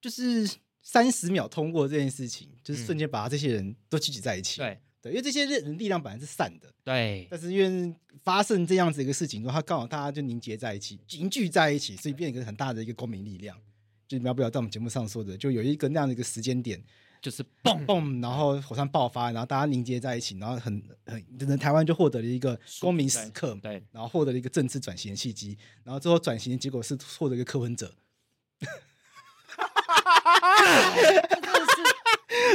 S4: 就是三十秒通过这件事情，就是
S3: 嗯
S4: 瞬间把他这些人都聚集在一起。
S3: 对
S4: 对，因为这些人力量本来是散的，
S3: 对，
S4: 但是因为发生这样子一个事情之后，他刚好大家就凝结在一起，凝聚在一起，所以变成一个很大的一个公民力量。就你们要不要在我们节目上说的，就有一个那样的一个时间点，
S3: 就是蹦
S4: 嘣，然后火山爆发，然后大家凝结在一起，然后很很，真的台湾就获得了一个公民时刻，
S3: 对，
S4: 然后获得了一个政治转型的契机，然后最后转型的结果是获得一个柯文 哲。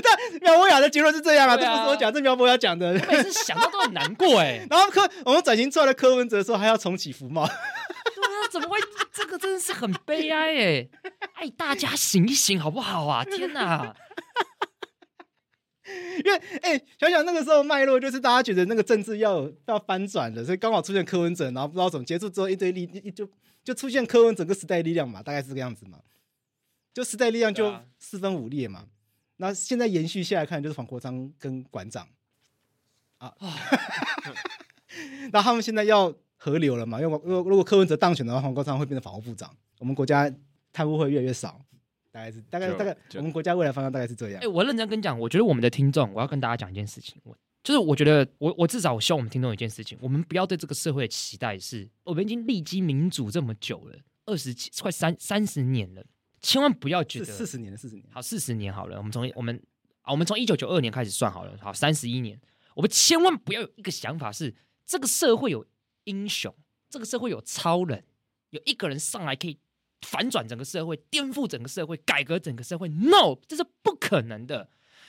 S4: 但苗博雅的结论是这样啊，
S3: 对
S4: 这
S3: 啊
S4: 不是我讲，这苗博雅讲的。
S3: 每次想到都很难过哎、
S4: 然后柯我们转型出来的柯文哲说还要重启服贸，
S3: 对啊，怎么会？这个真的是很悲哀哎、哎，大家醒一醒好不好啊？天哪！
S4: 因为哎、想想那个时候脉络就是大家觉得那个政治要有要翻转了，所以刚好出现柯文哲，然后不知道怎么结束之后一堆力一就就出现柯文哲跟时代力量嘛，大概是这个样子嘛，就时代力量
S3: 对
S4: 就
S3: 啊
S4: 四分五裂嘛。那现在延续下来看，就是黄国昌跟馆长啊， 那他们现在要合流了嘛？因为如果如果柯文哲当选的话，黄国昌会变成法务部长，我们国家贪污会越来越少，大概是大概
S5: 就
S4: 大概
S5: 就
S4: 我们国家未来方向大概是这样
S3: 哎、。我认真跟你讲，我觉得我们的听众，我要跟大家讲一件事情，我就是我觉得我我至少我希望我们听众有一件事情，我们不要对这个社会的期待是，我们已经历经民主这么久了，二十几快三三十年了，千万不要觉
S4: 是
S3: 得
S4: 四十年了，四十年。
S3: 好，四十年好了，我们从我们啊，我们从一九九二年开始算好了，好，三十一年，我们千万不要有一个想法是，这个社会有英雄，这个社会有超人，有一个人上来可以反转整个社会，颠覆整个社会，改革整个社会，no，这是不可能的。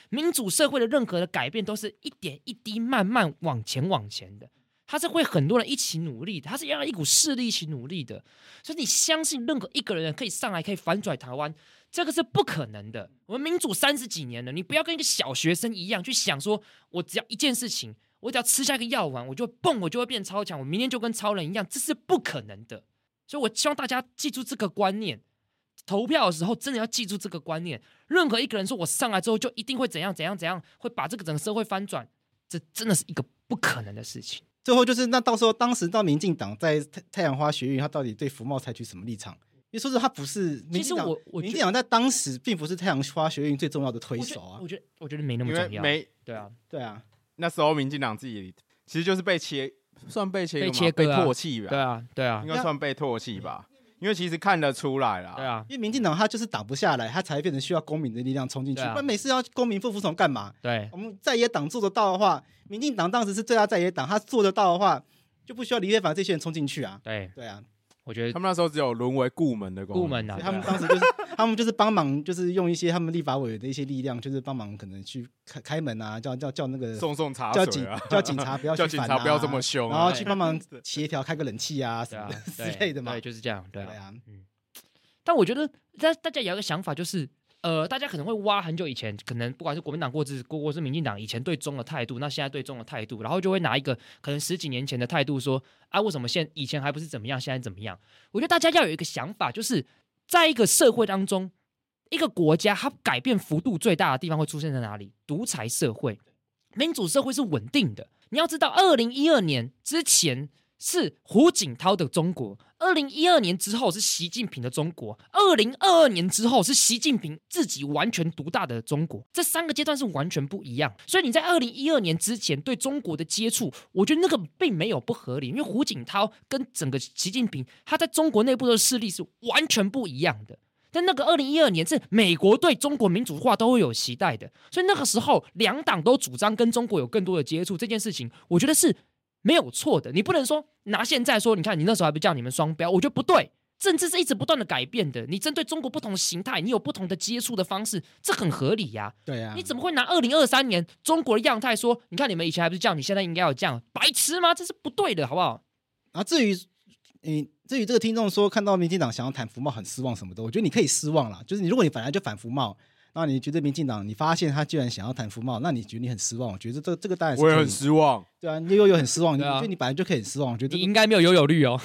S3: 民主社会的任何的改变都是一点一滴慢慢往前往前的，它是会很多人一起努力的，它是要让一股势力一起努力的。所以你相信任何一个人可以上来可以反转台湾，这个是不可能的。我们民主三十几年了，你不要跟一个小学生一样去想说，我只要一件事情，我只要吃下一个药丸，我就蹦，我就会变超强，我明天就跟超人一样，这是不可能的。所以我希望大家记住这个观念。投票的时候，真的要记住这个观念。任何一个人说我上来之后就一定会怎样怎样怎样，会把这个整个社会翻转，这真的是一个不可能的事情。
S4: 最后就是，那到时候当时到民进党在太太阳花学运，他到底对服贸采取什么立场？因为说是他不是民
S3: 其实
S4: 进党
S3: 我，我
S4: 民
S3: 觉
S4: 进党在当时并不是太阳花学运最重要的推
S3: 我觉得
S4: 手啊
S3: 我。觉得我觉得没那么
S5: 因为
S3: 重要。
S5: 没
S3: 对啊，
S4: 对啊，
S5: 那时候民进党自己其实就是被切，算被切割
S3: 被
S5: 吗
S3: 切割啊
S5: 被唾弃吧，
S3: 对啊，对啊
S5: 应，该算被唾弃吧，因为其实看得出来啦，
S3: 对，啊，
S4: 因为民进党他就是打不下来，他才变成需要公民的力量冲进去。
S3: 对啊
S4: 不然每次要公民不服从干嘛？
S3: 对
S4: 我们在野党做得到的话，民进党当时是最大在野党，他做得到的话，就不需要李月凡这些人冲进去啊。
S3: 对，
S4: 对啊，
S3: 我觉得
S5: 他们那时候只有沦为顾门的功能
S3: 部门啊
S4: 所以，他们当时就是 他们就是帮忙，就是用一些他们立法委员的一些力量，就是帮忙可能去开开门啊，叫叫叫那个
S5: 送送茶
S4: 叫
S5: 水
S4: 警
S5: 啊，
S4: 叫警察不要去
S5: 叫警
S4: 烦
S5: 察
S4: 啊
S5: 不要这么凶
S4: 然后
S5: 啊，
S4: 去帮 忙协调开个冷气啊什
S3: 对
S4: 么
S3: 啊
S4: 的 之
S3: 对
S4: 类的嘛
S3: 对，。就是这样，对
S4: 对
S3: 啊。
S4: 啊，
S3: 但我觉得大大家也有一个想法，就是呃，大家可能会挖很久以前，可能不管是国民党过之过或是民进党以前对中的态度，那现在对中的态度，然后就会拿一个可能十几年前的态度说啊，为什么现以前还不是怎么样，现在怎么样？我觉得大家要有一个想法，就是在一个社会当中，一个国家它改变幅度最大的地方会出现在哪里？独裁社会，民主社会是稳定的。你要知道，二零一二年之前是胡锦涛的中国，二零一二年之后是习近平的中国，二零二二年之后是习近平自己完全独大的中国。这三个阶段是完全不一样。所以你在二零一二年之前对中国的接触，我觉得那个并没有不合理，因为胡锦涛跟整个习近平他在中国内部的势力是完全不一样的。但那个二零一二年是美国对中国民主化都会有期待的，所以那个时候两党都主张跟中国有更多的接触，这件事情我觉得是没有错的。你不能说拿现在说，你看你那时候还不叫你们双标，我觉得不对。政治是一直不断的改变的。你针对中国不同形态，你有不同的接触的方式，这很合理呀、
S4: 对呀、啊，
S3: 你怎么会拿二零二三年中国的样态说，你看你们以前还不是这样，你现在应该要这样，白痴吗？这是不对的，好不好？
S4: 啊，至于你至于这个听众说看到民进党想要谈服贸很失望什么的，我觉得你可以失望啦。就是你如果你本来就反服贸，那你觉得民进党你发现他居然想要谈服贸，那你觉得你很失望？我觉得这这个当然是
S5: 我也
S4: 可以
S5: 很失望。
S4: 对啊，你又有很失望，你
S3: 对啊
S4: 我觉得你本来就可以很失望。我觉得
S3: 你
S4: 这个
S3: 应该没有拥有率哦。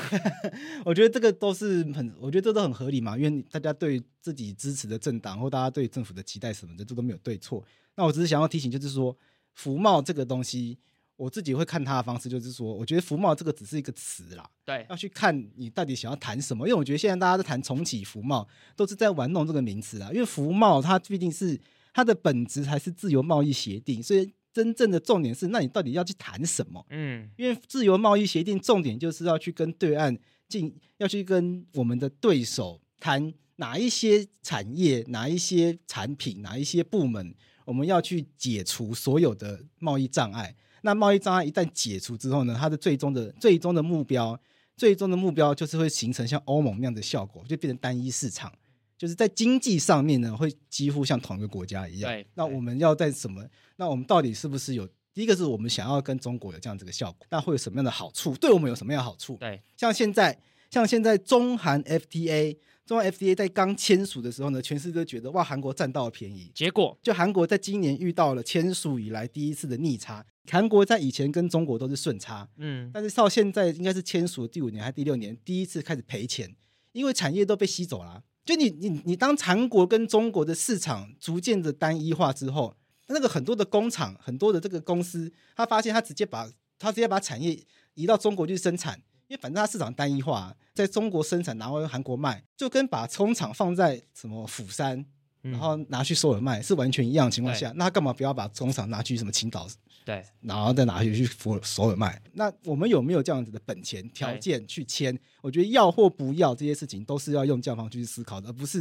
S4: 我觉得这个都是很，我觉得这都很合理嘛，因为大家对自己支持的政党或大家对政府的期待什么的，这都没有对错。那我只是想要提醒，就是说服贸这个东西，我自己会看它的方式，就是说，我觉得服贸这个只是一个词啦，
S3: 对
S4: 要去看你到底想要谈什么。因为我觉得现在大家在谈重启服贸，都是在玩弄这个名词啊。因为服贸它毕竟是它的本质还是自由贸易协定，所以真正的重点是，那你到底要去谈什么？
S3: 嗯，
S4: 因为自由贸易协定重点就是要去跟对岸进，要去跟我们的对手谈哪一些产业、哪一些产品、哪一些部门，我们要去解除所有的贸易障碍。那贸易障碍一旦解除之后呢，它的最终的最终的目标，最终的目标就是会形成像欧盟那样的效果，就变成单一市场。就是在经济上面呢，会几乎像同一个国家一样
S3: 对。
S4: 那
S3: 对
S4: 我们要在什么？那我们到底是不是有？第一个是我们想要跟中国有这样子的效果，那会有什么样的好处？对我们有什么样的好处？
S3: 对，
S4: 像现在，像现在中韩 FTA，中韩 FTA 在刚签署的时候呢，全世界都觉得哇，韩国占到了便宜。
S3: 结果
S4: 就韩国在今年遇到了签署以来第一次的逆差，韩国在以前跟中国都是顺差，
S3: 嗯，
S4: 但是到现在应该是签署的第五年还是第六年，第一次开始赔钱，因为产业都被吸走了啊、就你你你当韩国跟中国的市场逐渐的单一化之后，那个很多的工厂、很多的这个公司，他发现他直接把他直接把产业移到中国去生产，因为反正它市场单一化啊，在中国生产拿回韩国卖，就跟把工厂放在什么釜山。
S3: 嗯
S4: 然后拿去首尔卖是完全一样的情况下，那他干嘛不要把工厂拿去什么青岛
S3: 对
S4: 然后再拿回去佛首尔卖。那我们有没有这样子的本钱条件去签？我觉得要或不要这些事情，都是要用这样方式去思考的，而不是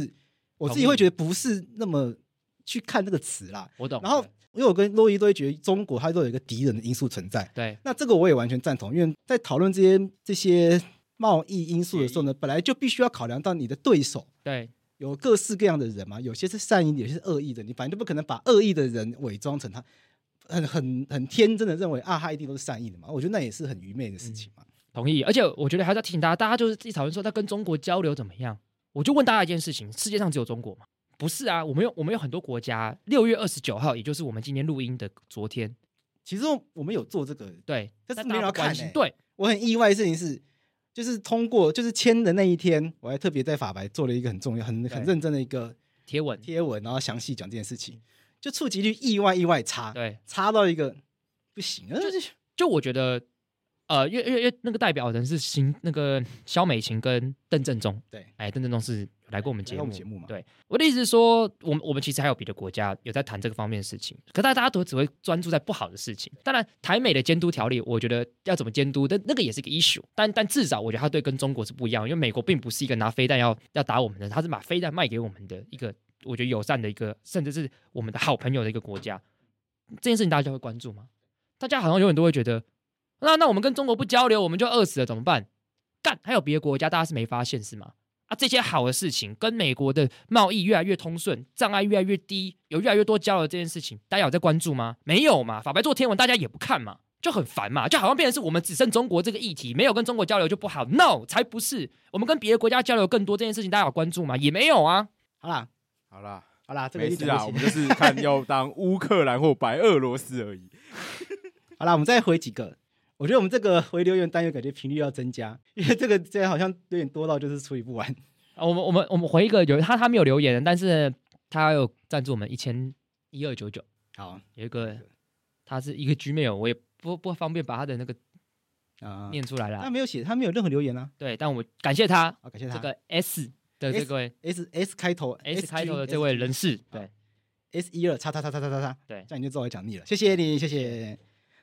S4: 我自己
S3: 同
S4: 会
S3: 意
S4: 觉得不是那么去看这个词啦。
S3: 我懂。
S4: 然后
S3: 对
S4: 因为我跟洛伊都会觉得中国它都有一个敌人的因素存在，
S3: 对
S4: 那这个我也完全赞同，因为在讨论这些这些贸易因素的时候
S3: 嗯
S4: 呢，本来就必须要考量到你的对手。
S3: 对
S4: 有各式各样的人嘛，有些是善意的，有些是恶意的。你反正就不可能把恶意的人伪装成他很很很天真的认为啊，他一定都是善意的嘛。我觉得那也是很愚昧的事情嘛。
S3: 同意，而且我觉得还是要提醒大家，大家就是自己讨论说，那跟中国交流怎么样？我就问大家一件事情：世界上只有中国吗？不是啊，我们有我们有很多国家。六月二十九号，也就是我们今天录音的昨天，
S4: 其实我们有做这个，
S3: 对，
S4: 但是
S3: 大
S4: 没
S3: 家
S4: 人要
S3: 不关
S4: 看
S3: 心
S4: 欸
S3: 对，
S4: 我很意外的事情是，就是通过就是签的那一天，我还特别在法白做了一个很重要、很很
S3: 对嗯
S4: 认真的一个
S3: 贴文，
S4: 贴文，然后详细讲这件事情，就触及率意外意外差，
S3: 对，
S4: 差到一个不行，呃就是
S3: 就我觉得，呃，因为因为因为那个代表人是邢那个肖美琴跟邓正中，
S4: 对
S3: 哎，邓正中是有来过我们节
S4: 来过我
S3: 目，
S4: 们节目嘛
S3: 对，我的意思是说，我们我们其实还有别的国家有在谈这个方面的事情，可大家大家都只会专注在不好的事情。当然，台美的监督条例，我觉得要怎么监督，但那个也是一个 issue。但但至少我觉得它对跟中国是不一样，因为美国并不是一个拿飞弹要要打我们的，它是把飞弹卖给我们的一个，我觉得友善的一个，甚至是我们的好朋友的一个国家。这件事情大家会关注吗？大家好像永远都会觉得，那那我们跟中国不交流，我们就饿死了，怎么办？干，还有别的国家，大家是没发现是吗？啊，这些好的事情，跟美国的贸易越来越通顺，障碍越来越低，有越来越多交流这件事情，大家有在关注吗？没有嘛，法白做天文，大家也不看嘛，就很烦嘛，就好像变成是我们只剩中国这个议题，没有跟中国交流就不好，no，才不是，我们跟别的国家交流更多这件事情，大家有关注吗？也没有啊，
S4: 好啦
S5: 好啦，
S4: 好啦，这个
S5: 没
S4: 一
S5: 事
S4: 点
S5: 啊，
S4: 不
S5: 我
S4: 行
S5: 们就是看要当乌克兰或白俄罗斯而已。
S4: 好啦，我们再回几个。我觉得我们这个 回留言单元感觉频率要增加， 因为这个现在好像有点多到就是处理不完。
S3: 啊我们我们我们回一个有他他没有留言，但是他有赞助我们一千一二九九。
S4: 好啊、
S3: 有一个，他是一个 Gmail，我也不不方便把他的那个念出来
S4: 啊他
S3: 啦。
S4: 没有写，他没有任何留言啊。
S3: 对，但我感谢他
S4: 好，感谢他。
S3: 这个 S 的
S4: 啊 S-
S3: 这位
S4: S S 开头
S3: S 开
S4: SG
S3: 头的这位人士，对
S4: S 一二叉叉叉叉叉叉叉，
S3: 对
S4: 这样你就知道我讲腻了。谢谢你，谢谢。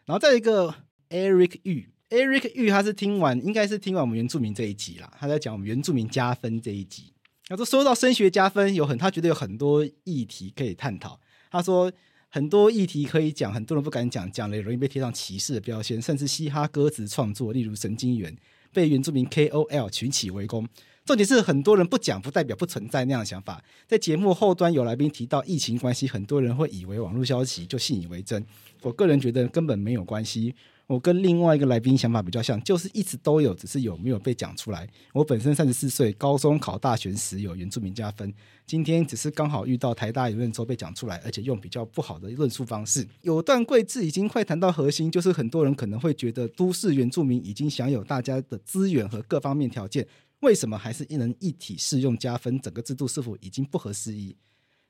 S4: 然后再一个 Eric Yu。Eric Yu 他是听完，应该是听完我们原住民这一集啦，他在讲我们原住民加分这一集。他说说到升学加分，有很他觉得有很多议题可以探讨。他说很多议题可以讲，很多人不敢讲，讲了也容易被贴上歧视的标签，甚至嘻哈歌词创作，例如神经元被原住民 KOL 群起围攻，重点是很多人不讲，不代表不存在那样的想法。在节目后端有来宾提到疫情关系，很多人会以为网络消息就信以为真。我个人觉得根本没有关系。我跟另外一个来宾想法比较像，就是一直都有，只是有没有被讲出来。我本身三十四岁，高中考大学时有原住民加分，今天只是刚好遇到台大言论周被讲出来，而且用比较不好的论述方式。有段贵志已经快谈到核心，就是很多人可能会觉得都市原住民已经享有大家的资源和各方面条件，为什么还是一人一体适用加分？整个制度是否已经不合时宜？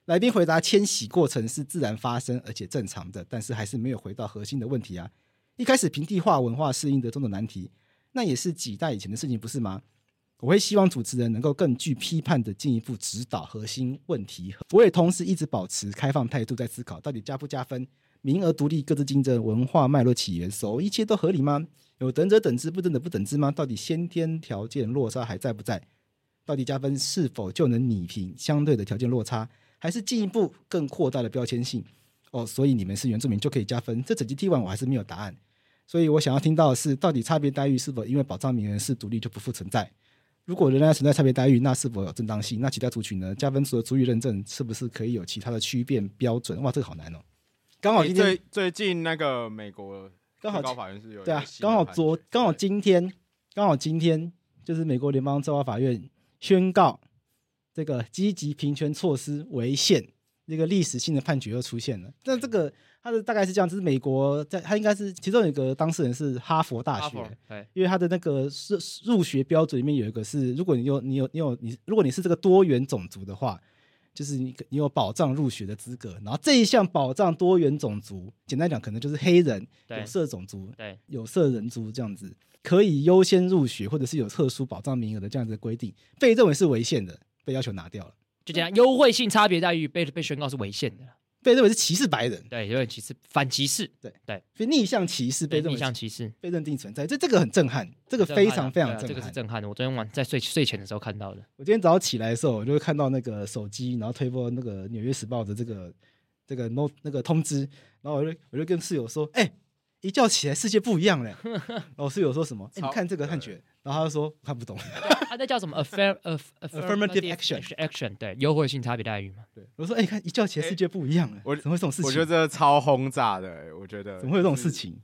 S4: 来宾回答：迁徙过程是自然发生而且正常的，但是还是没有回到核心的问题啊。一开始平地化文化适应的种种难题，那也是几代以前的事情，不是吗？我会希望主持人能够更具批判的进一步指导核心问题，我也同时一直保持开放态度，在思考到底加不加分，名额独立各自竞争，文化脉络起源，熟一切都合理吗？有等者等之，不等者不等之吗？到底先天条件落差还在不在？到底加分是否就能拟平相对的条件落差，还是进一步更扩大的标签性？哦，所以你们是原住民就可以加分。这整集听完我还是没有答案，所以我想要听到的是，到底差别待遇是否因为保障名人是独立就不复存在？如果仍然存在差别待遇，那是否有正当性？那其他族群呢？加分除了族语认证，是不是可以有其他的区辨标准？哇，这个好难哦！刚好
S5: 欸
S4: 今天
S5: 最最近那个美国
S4: 刚好
S5: 最高法院是有一个
S4: 对啊，
S5: 新的
S4: 刚好
S5: 判决
S4: 昨刚好
S5: 对
S4: 今天刚好今天就是美国联邦最高法院宣告这个积极平权措施违宪，这个历史性的判决又出现了。那这个它的大概是这样，就是美国在它应该是其中有一个当事人是哈佛大
S3: 阿
S4: 学
S3: 佛，对，
S4: 因为啊它的那个入入学标准里面有一个是，如果你有你有你有你，如果你是这个多元种族的话，就是你你有保障入学的资格。然后这一项保障多元种族，简单讲可能就是黑人、
S3: 对
S4: 有色种族、
S3: 对
S4: 有色人族这样子，可以优先入学或者是有特殊保障名额的这样子的规定，被认为是违宪的，被要求拿掉了，
S3: 就这样，优惠性差别待遇被被宣告是违宪的了，
S4: 被认为是歧视白人，
S3: 对，有点歧视，反歧视，
S4: 所以逆向歧视被认
S3: 对，逆
S4: 为
S3: 向
S4: 是
S3: 歧视，
S4: 被认定存在，这这个很震撼，这个非常非常
S3: 对啊
S4: 震撼。
S3: 这个是震撼的。我昨天晚在睡睡前的时候看到的，
S4: 我今天早上起来的时候，我就看到那个手机，然后推播那个《纽约时报》的这个这个 no 那个通知，然后我就我就跟室友说：“哎、一觉起来世界不一样了。” 然后室友说什么？哎、
S5: 超呃
S4: 你看这个判决，然后他就说我看不懂。
S3: 他啊那叫什么 affirm aff-
S4: Affirmative action
S3: action，对，优惠性差别待遇嘛，
S4: 我说：“哎、你看一觉起来世界不一样了。
S5: 我
S4: 怎么会这种事情？
S5: 我觉得这超轰炸的、欸，我觉得
S4: 怎么会有这种事
S5: 是
S4: 情？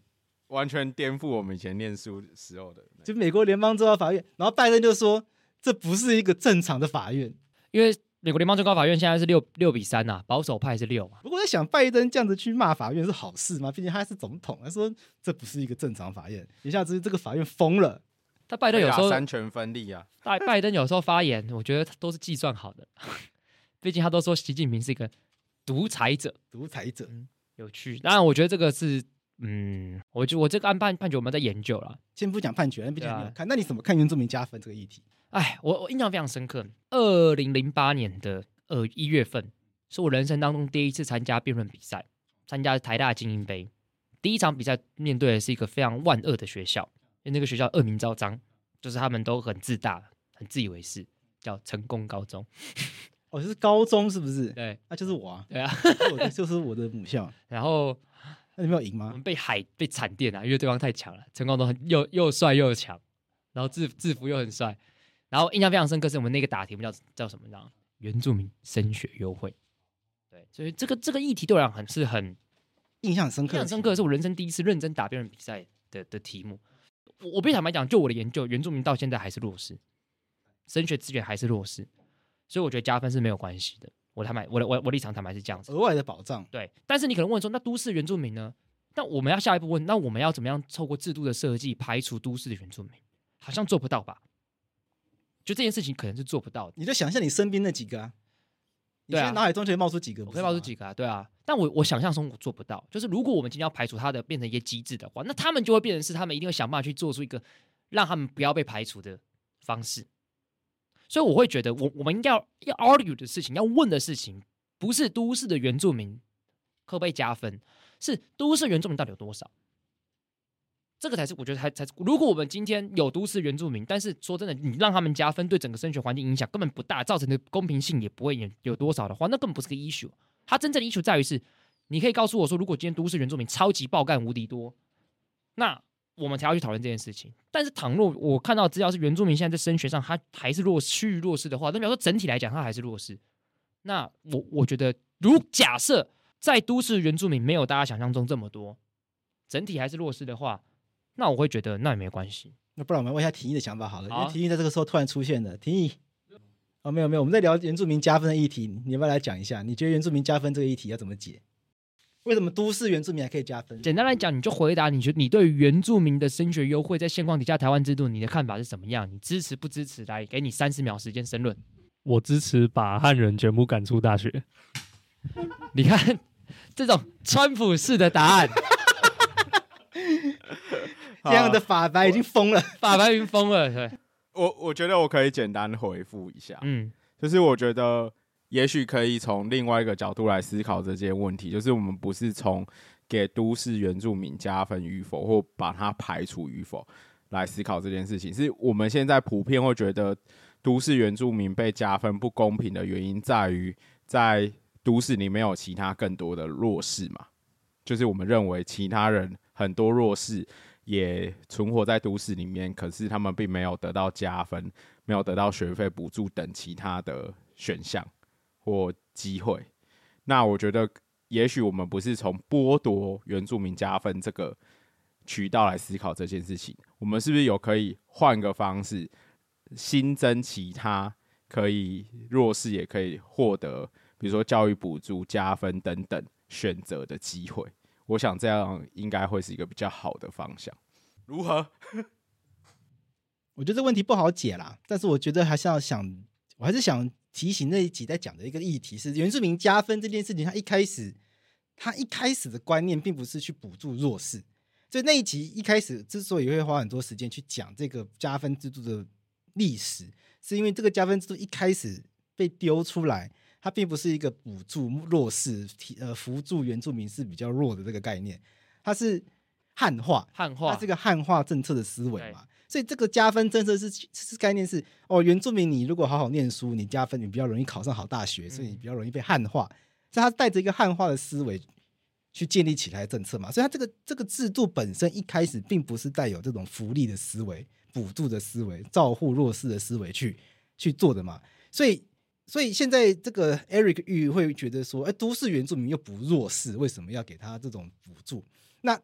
S5: 完全颠覆我们以前念书时候的那个。
S4: 就美国联邦最高法院，然后拜登就说这不是一个正常的法院。
S3: 因为美国联邦最高法院现在是六六比三呐，保守派是六嘛，
S4: 不过我在想，拜登这样子去骂法院是好事吗？毕竟他是总统，他说这不是一个正常法院，一下子这个法院疯了。”
S3: 但拜登
S5: 对
S3: 有
S5: 啊
S3: 时候
S5: 三权分立啊，
S3: 拜拜登有时候发言，我觉得他都是计算好的，毕竟他都说习近平是一个独裁者，
S4: 独裁者，
S3: 有趣。当然，我觉得这个是，嗯，我就我这个案判判决我们在研究了。
S4: 先不讲判决，毕竟还没
S3: 对
S4: 有
S3: 啊
S4: 看。那你怎么看原住民加分这个议题？
S3: 哎，我我印象非常深刻，二零零八年的呃一月份，是我人生当中第一次参加辩论比赛，参加台大精英杯。第一场比赛面对的是一个非常万恶的学校，因为那个学校恶名昭彰，就是他们都很自大、很自以为是，叫成功高中。
S4: 哦，就是高中是不是？
S3: 对
S4: 那就是我啊，
S3: 对啊，
S4: 我 的就是我的母校。
S3: 然后
S4: 那你们有赢
S3: 我
S4: 吗
S3: 们？被海被惨电啊，因为对方太强了，陈光头很又又帅又强，然后制制服又很帅，然后印象非常深刻是我们那个打题目叫叫什么？你知道吗原住民升学优惠。对，所以这个这个议题对我来讲很是很
S4: 印象很深
S3: 印
S4: 刻，
S3: 象深刻，是我人生第一次认真打辩论比赛的的题目。我我必须坦白讲，就我的研究，原住民到现在还是弱势，升学资源还是弱势，所以我觉得加分是没有关系的。我坦白，我的我我立场坦白是这样子。
S4: 额外的保障。
S3: 对，但是你可能问说，那都市原住民呢？那我们要下一步问，那我们要怎么样透过制度的设计排除都市的原住民？好像做不到吧？就这件事情可能是做不到的。
S4: 你就想象你身边那几个啊，你
S3: 对啊
S4: 现在脑海中就会冒出几个，
S3: 我
S4: 不
S3: 可以
S4: 是
S3: 冒出
S4: 吗
S3: 几个啊，对啊，但我我想象中我做不到。就是如果我们今天要排除他的变成一些机制的话，那他们就会变成是他们一定会想办法去做出一个让他们不要被排除的方式。所以我会觉得我，我们要要 argue 的事情，要问的事情，不是都市的原住民可不可以加分，是都市原住民到底有多少。这个才是我觉得才才是，如果我们今天有都市原住民，但是说真的，你让他们加分，对整个升学环境影响根本不大，造成的公平性也不会有有多少的话，那根本不是个 issue。它真正的 issue 在于是，你可以告诉我说，如果今天都市原住民超级爆干无敌多，那我们才要去讨论这件事情。但是倘若我看到资料是原住民现在在升学上他还是弱势趋于弱势的话，那比方说整体来讲他还是弱势，那我我觉得如假设在都市原住民没有大家想象中这么多，整体还是弱势的话，那我会觉得那也没关系。
S4: 那不然我们问一下婷义的想法好了，
S3: 好啊
S4: 因为婷义在这个时候突然出现的。婷义，哦，没有没有，我们在聊原住民加分的议题，你要不要来讲一下？你觉得原住民加分这个议题要怎么解？为什么都市原住民还可以加分？
S3: 简单来讲，你就回答你觉你对于原住民的升学优惠在现况底下台湾制度你的看法是怎么样？你支持不支持？来，给你三十秒时间申论。
S6: 我支持把汉人全部赶出大学。
S3: 你看这种川普式的答案，
S4: 这样的法白已经疯了。
S3: 法白云疯了。对，
S5: 我我觉得我可以简单回复一下，
S3: 嗯，
S5: 就是我觉得也许可以从另外一个角度来思考这些问题，就是我们不是从给都市原住民加分与否，或把它排除与否来思考这件事情，是我们现在普遍会觉得都市原住民被加分不公平的原因在于，在都市里面有其他更多的弱势嘛，就是我们认为其他人很多弱势。也存活在都市里面，可是他们并没有得到加分，没有得到学费补助等其他的选项或机会。那我觉得，也许我们不是从剥夺原住民加分这个渠道来思考这件事情，我们是不是有可以换个方式，新增其他可以弱势也可以获得，比如说教育补助、加分等等选择的机会？我想这样应该会是一个比较好的方向。如何？
S4: 我觉得这问题不好解啦，但是我觉得还是要想，我还是想提醒那一集在讲的一个议题是原住民加分这件事情，他一开始他一开始的观念并不是去补助弱势，所以那一集一开始之所以会花很多时间去讲这个加分制度的历史，是因为这个加分制度一开始被丢出来，它并不是一个补助弱势、提呃扶助原住民是比较弱的这个概念，它是汉化，
S3: 汉化
S4: 它是一个汉化政策的思维
S3: 对
S4: 嘛。所以这个加分政策是是概念是哦，原住民你如果好好念书，你加分你比较容易考上好大
S3: 嗯
S4: 学，所以你比较容易被汉化。所以他带着一个汉化的思维去建立起来的政策嘛。所以他这个这个制度本身一开始并不是带有这种福利的思维、补助的思维、照护弱势的思维去去做的嘛。所以所以现在这个 Eric 玉会觉得说，哎，都市原住民又不弱势，为什么要给他这种补助？那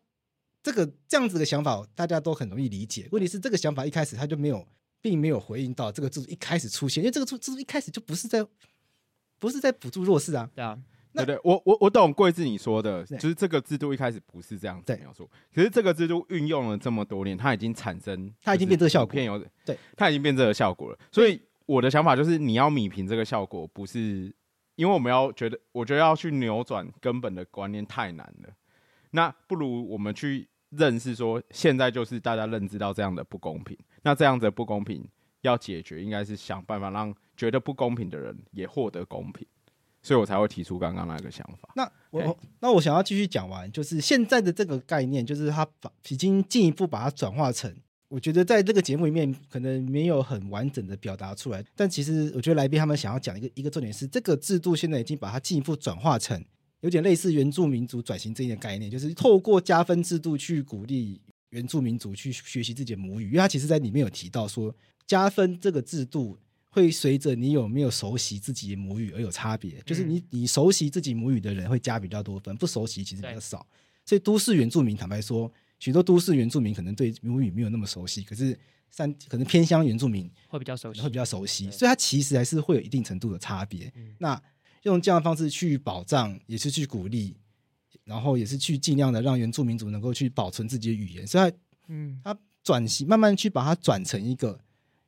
S4: 这个这样子的想法，大家都很容易理解。问题是，这个想法一开始他就没有，并没有回应到这个制度一开始出现，因为这个制制度一开始就不是在不是在补助弱势啊，
S3: 对啊，
S4: 那
S5: 对对，我我我懂贵志你说的，
S4: 对
S5: 就是这个制度一开始不是这样子
S4: 对
S5: 没有错，可是这个制度运用了这么多年，它已经产生，
S4: 它已经变这个效果
S5: 就是普遍有
S4: 对，
S5: 它已经变这个效果了。所以我的想法就是，你要米平这个效果，不是因为我们要觉得，我觉得要去扭转根本的观念太难了，那不如我们去认识说，现在就是大家认知到这样的不公平，那这样的不公平要解决，应该是想办法让觉得不公平的人也获得公平。所以我才会提出刚刚那个想法。
S4: 那我、
S5: 哎
S4: 那我想要继续讲完，就是现在的这个概念，就是它把已经进一步把它转化成，我觉得在这个节目里面可能没有很完整的表达出来，但其实我觉得来宾他们想要讲一个一个重点是，这个制度现在已经把它进一步转化成有点类似原住民族转型这一的概念，就是透过加分制度去鼓励原住民族去学习自己的母语，因为他其实在里面有提到说，加分这个制度会随着你有没有熟悉自己的母语而有差别，就是你你熟悉自己母语的人会加比较多分，不熟悉其实比较
S3: 对
S4: 少。所以都市原住民坦白说，许多都市原住民可能对母语没有那么熟悉，可是山可能偏乡原住民
S3: 会比较熟悉，
S4: 会比较熟悉，
S3: 对
S4: 所以它其实还是会有一定程度的差别。
S3: 嗯
S4: 那用这样的方式去保障，也是去鼓励，然后也是去尽量的让原住民族能够去保存自己的语言，所以
S3: 嗯，
S4: 它它转型慢慢去把它转成一个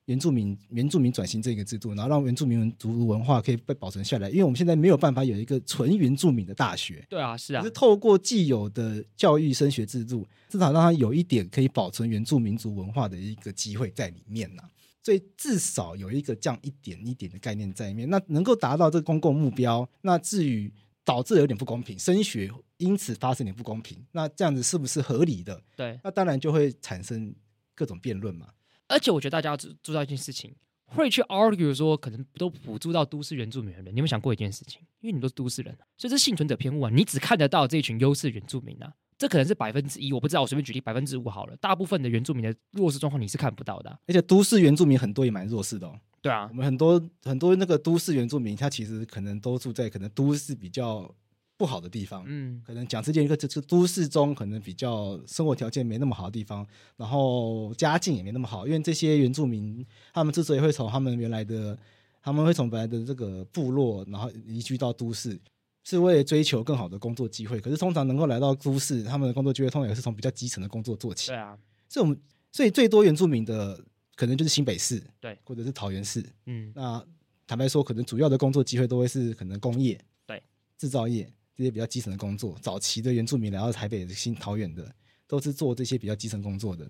S4: 原住民原住民转型这个制度，然后让原住民族文化可以被保存下来，因为我们现在没有办法有一个纯原住民的大学，
S3: 对啊，是啊
S4: 可是，透过既有的教育升学制度，至少让它有一点可以保存原住民族文化的一个机会在里面呐、所以至少有一个这样一点一点的概念在里面，那能够达到这个公共目标。那至于导致有点不公平，升学因此发生点不公平，那这样子是不是合理的？
S3: 对。
S4: 那当然就会产生各种辩论嘛。
S3: 而且我觉得大家要注注意到一件事情，会去 argue 说可能都补助到都市原住民的人，你有没有想过一件事情？因为你们都是都市人啊，所以这幸存者偏误啊，你只看得到这群优势原住民啊，这可能是百分之一，我不知道，我随便举例百分之五好了。大部分的原住民的弱势状况你是看不到的啊、
S4: 而且都市原住民很多也蛮弱势的、哦。
S3: 对啊
S4: 我，们很多很多那个都市原住民，他其实可能都住在可能都市比较不好的地方，
S3: 嗯，
S4: 可能讲之前一个就是都市中可能比较生活条件没那么好的地方，然后家境也没那么好，因为这些原住民他们之所以会从他们原来的，他们会从本来的这个部落，然后移居到都市，是为了追求更好的工作机会。可是通常能够来到都市，他们的工作机会通常也是从比较基层的工作做起
S3: 对。啊，
S4: 所以我们所以最多原住民的可能就是新北市，
S3: 对
S4: 或者是桃园市。
S3: 嗯，
S4: 那坦白说，可能主要的工作机会都会是可能工业、
S3: 对
S4: 制造业这些比较基层的工作。早期的原住民来到台北、新桃园的，都是做这些比较基层工作的。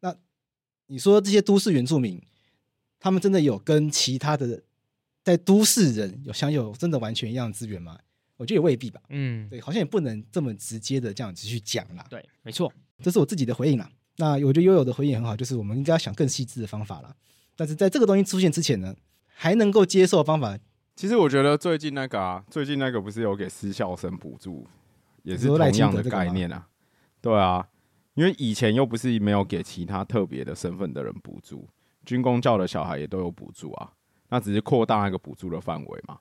S4: 那你说这些都市原住民，他们真的有跟其他的在都市人有享有真的完全一样的资源吗？我觉得也未必吧。
S3: 嗯，
S4: 对，好像也不能这么直接的这样子去讲啦。
S3: 对，没错，
S4: 这是我自己的回应啦。那我觉得悠悠的回应也很好，就是我们应该要想更细致的方法啦。但是在这个东西出现之前呢，还能够接受的方法，
S5: 其实我觉得最近那个啊，最近那个不是有给私校生补助，也是
S4: 你说
S5: 同
S4: 赖
S5: 样
S4: 清德
S5: 的
S4: 这个吗
S5: 概念啊。对啊，因为以前又不是没有给其他特别的身份的人补助，军工教的小孩也都有补助啊，那只是扩大那个补助的范围嘛。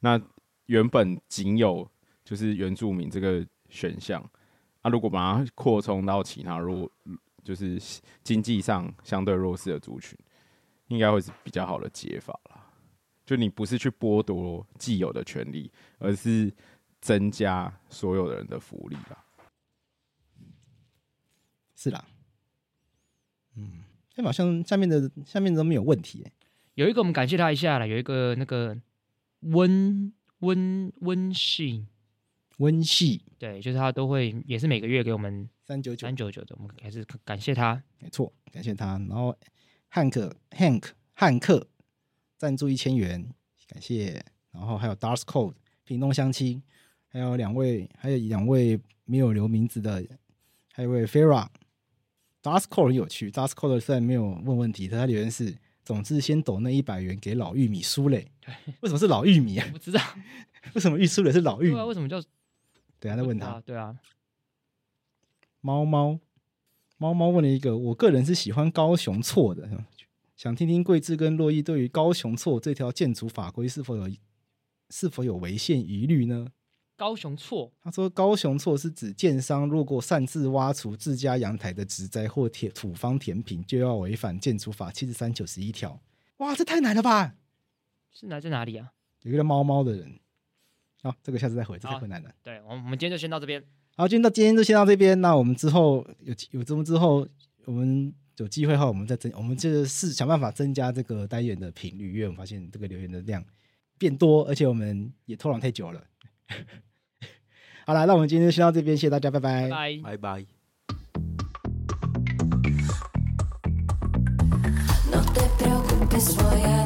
S5: 那原本仅有就是原住民这个选项，啊，如果把它扩充到其他弱，就是经济上相对弱势的族群，应该会是比较好的解法啦。就你不是去剥夺既有的权利，而是增加所有的人的福利啦。
S4: 是啦。嗯，哎，好像下面的下面的都没有问题、欸，
S3: 有一个我们感谢他一下啦，有一个那个温温温信，
S4: 温系
S3: 对，就是他都会也是每个月给我们
S4: 三九九
S3: 三，九九的，我们还是感谢他。
S4: 没错，感谢他。然后汉克 Hank 汉克赞助一千元，感谢。然后还有 Dark Code 屏东相亲，还有两位，还有两位没有留名字的，还有一位 Fera。Dark Code 很有趣，Dark Code 虽然没有问问题，但他留言是：总之先抖那一百元给老玉米苏磊。为什么是老玉米啊？
S3: 我知道，
S4: 为什么玉苏磊是老玉
S3: 对
S4: 米
S3: 啊，？为什么叫？
S4: 等一下再嗯问他。
S3: 对啊，
S4: 猫猫，猫猫问了一个，我个人是喜欢高雄错的，想听听桂枝跟洛伊对于高雄错这条建筑法规是否有是否有违宪疑虑呢？
S3: 高雄错，
S4: 他说，高雄错是指建商如果擅自挖除自家阳台的植栽或铁土方填平，就要违反建筑法七十三九十一条。哇，这太难了吧！
S3: 是哪在哪里啊？
S4: 有一个叫猫猫的人，好、这个下次再回，这太
S3: 好
S4: 困难了。
S3: 对，我们我们今天就先到这边。
S4: 好，今天到今天就先到这边。那我们之后有有这么之后，我们有机会后，我们再增，我们就是想办法增加这个单元的频率，因为我们发现这个留言的量变多，而且我们也偷懒太久了。 好了，那我们今天就先到这边，谢谢大家，拜
S3: 拜拜。
S7: 拜拜。
S8: No te preocupes, voy a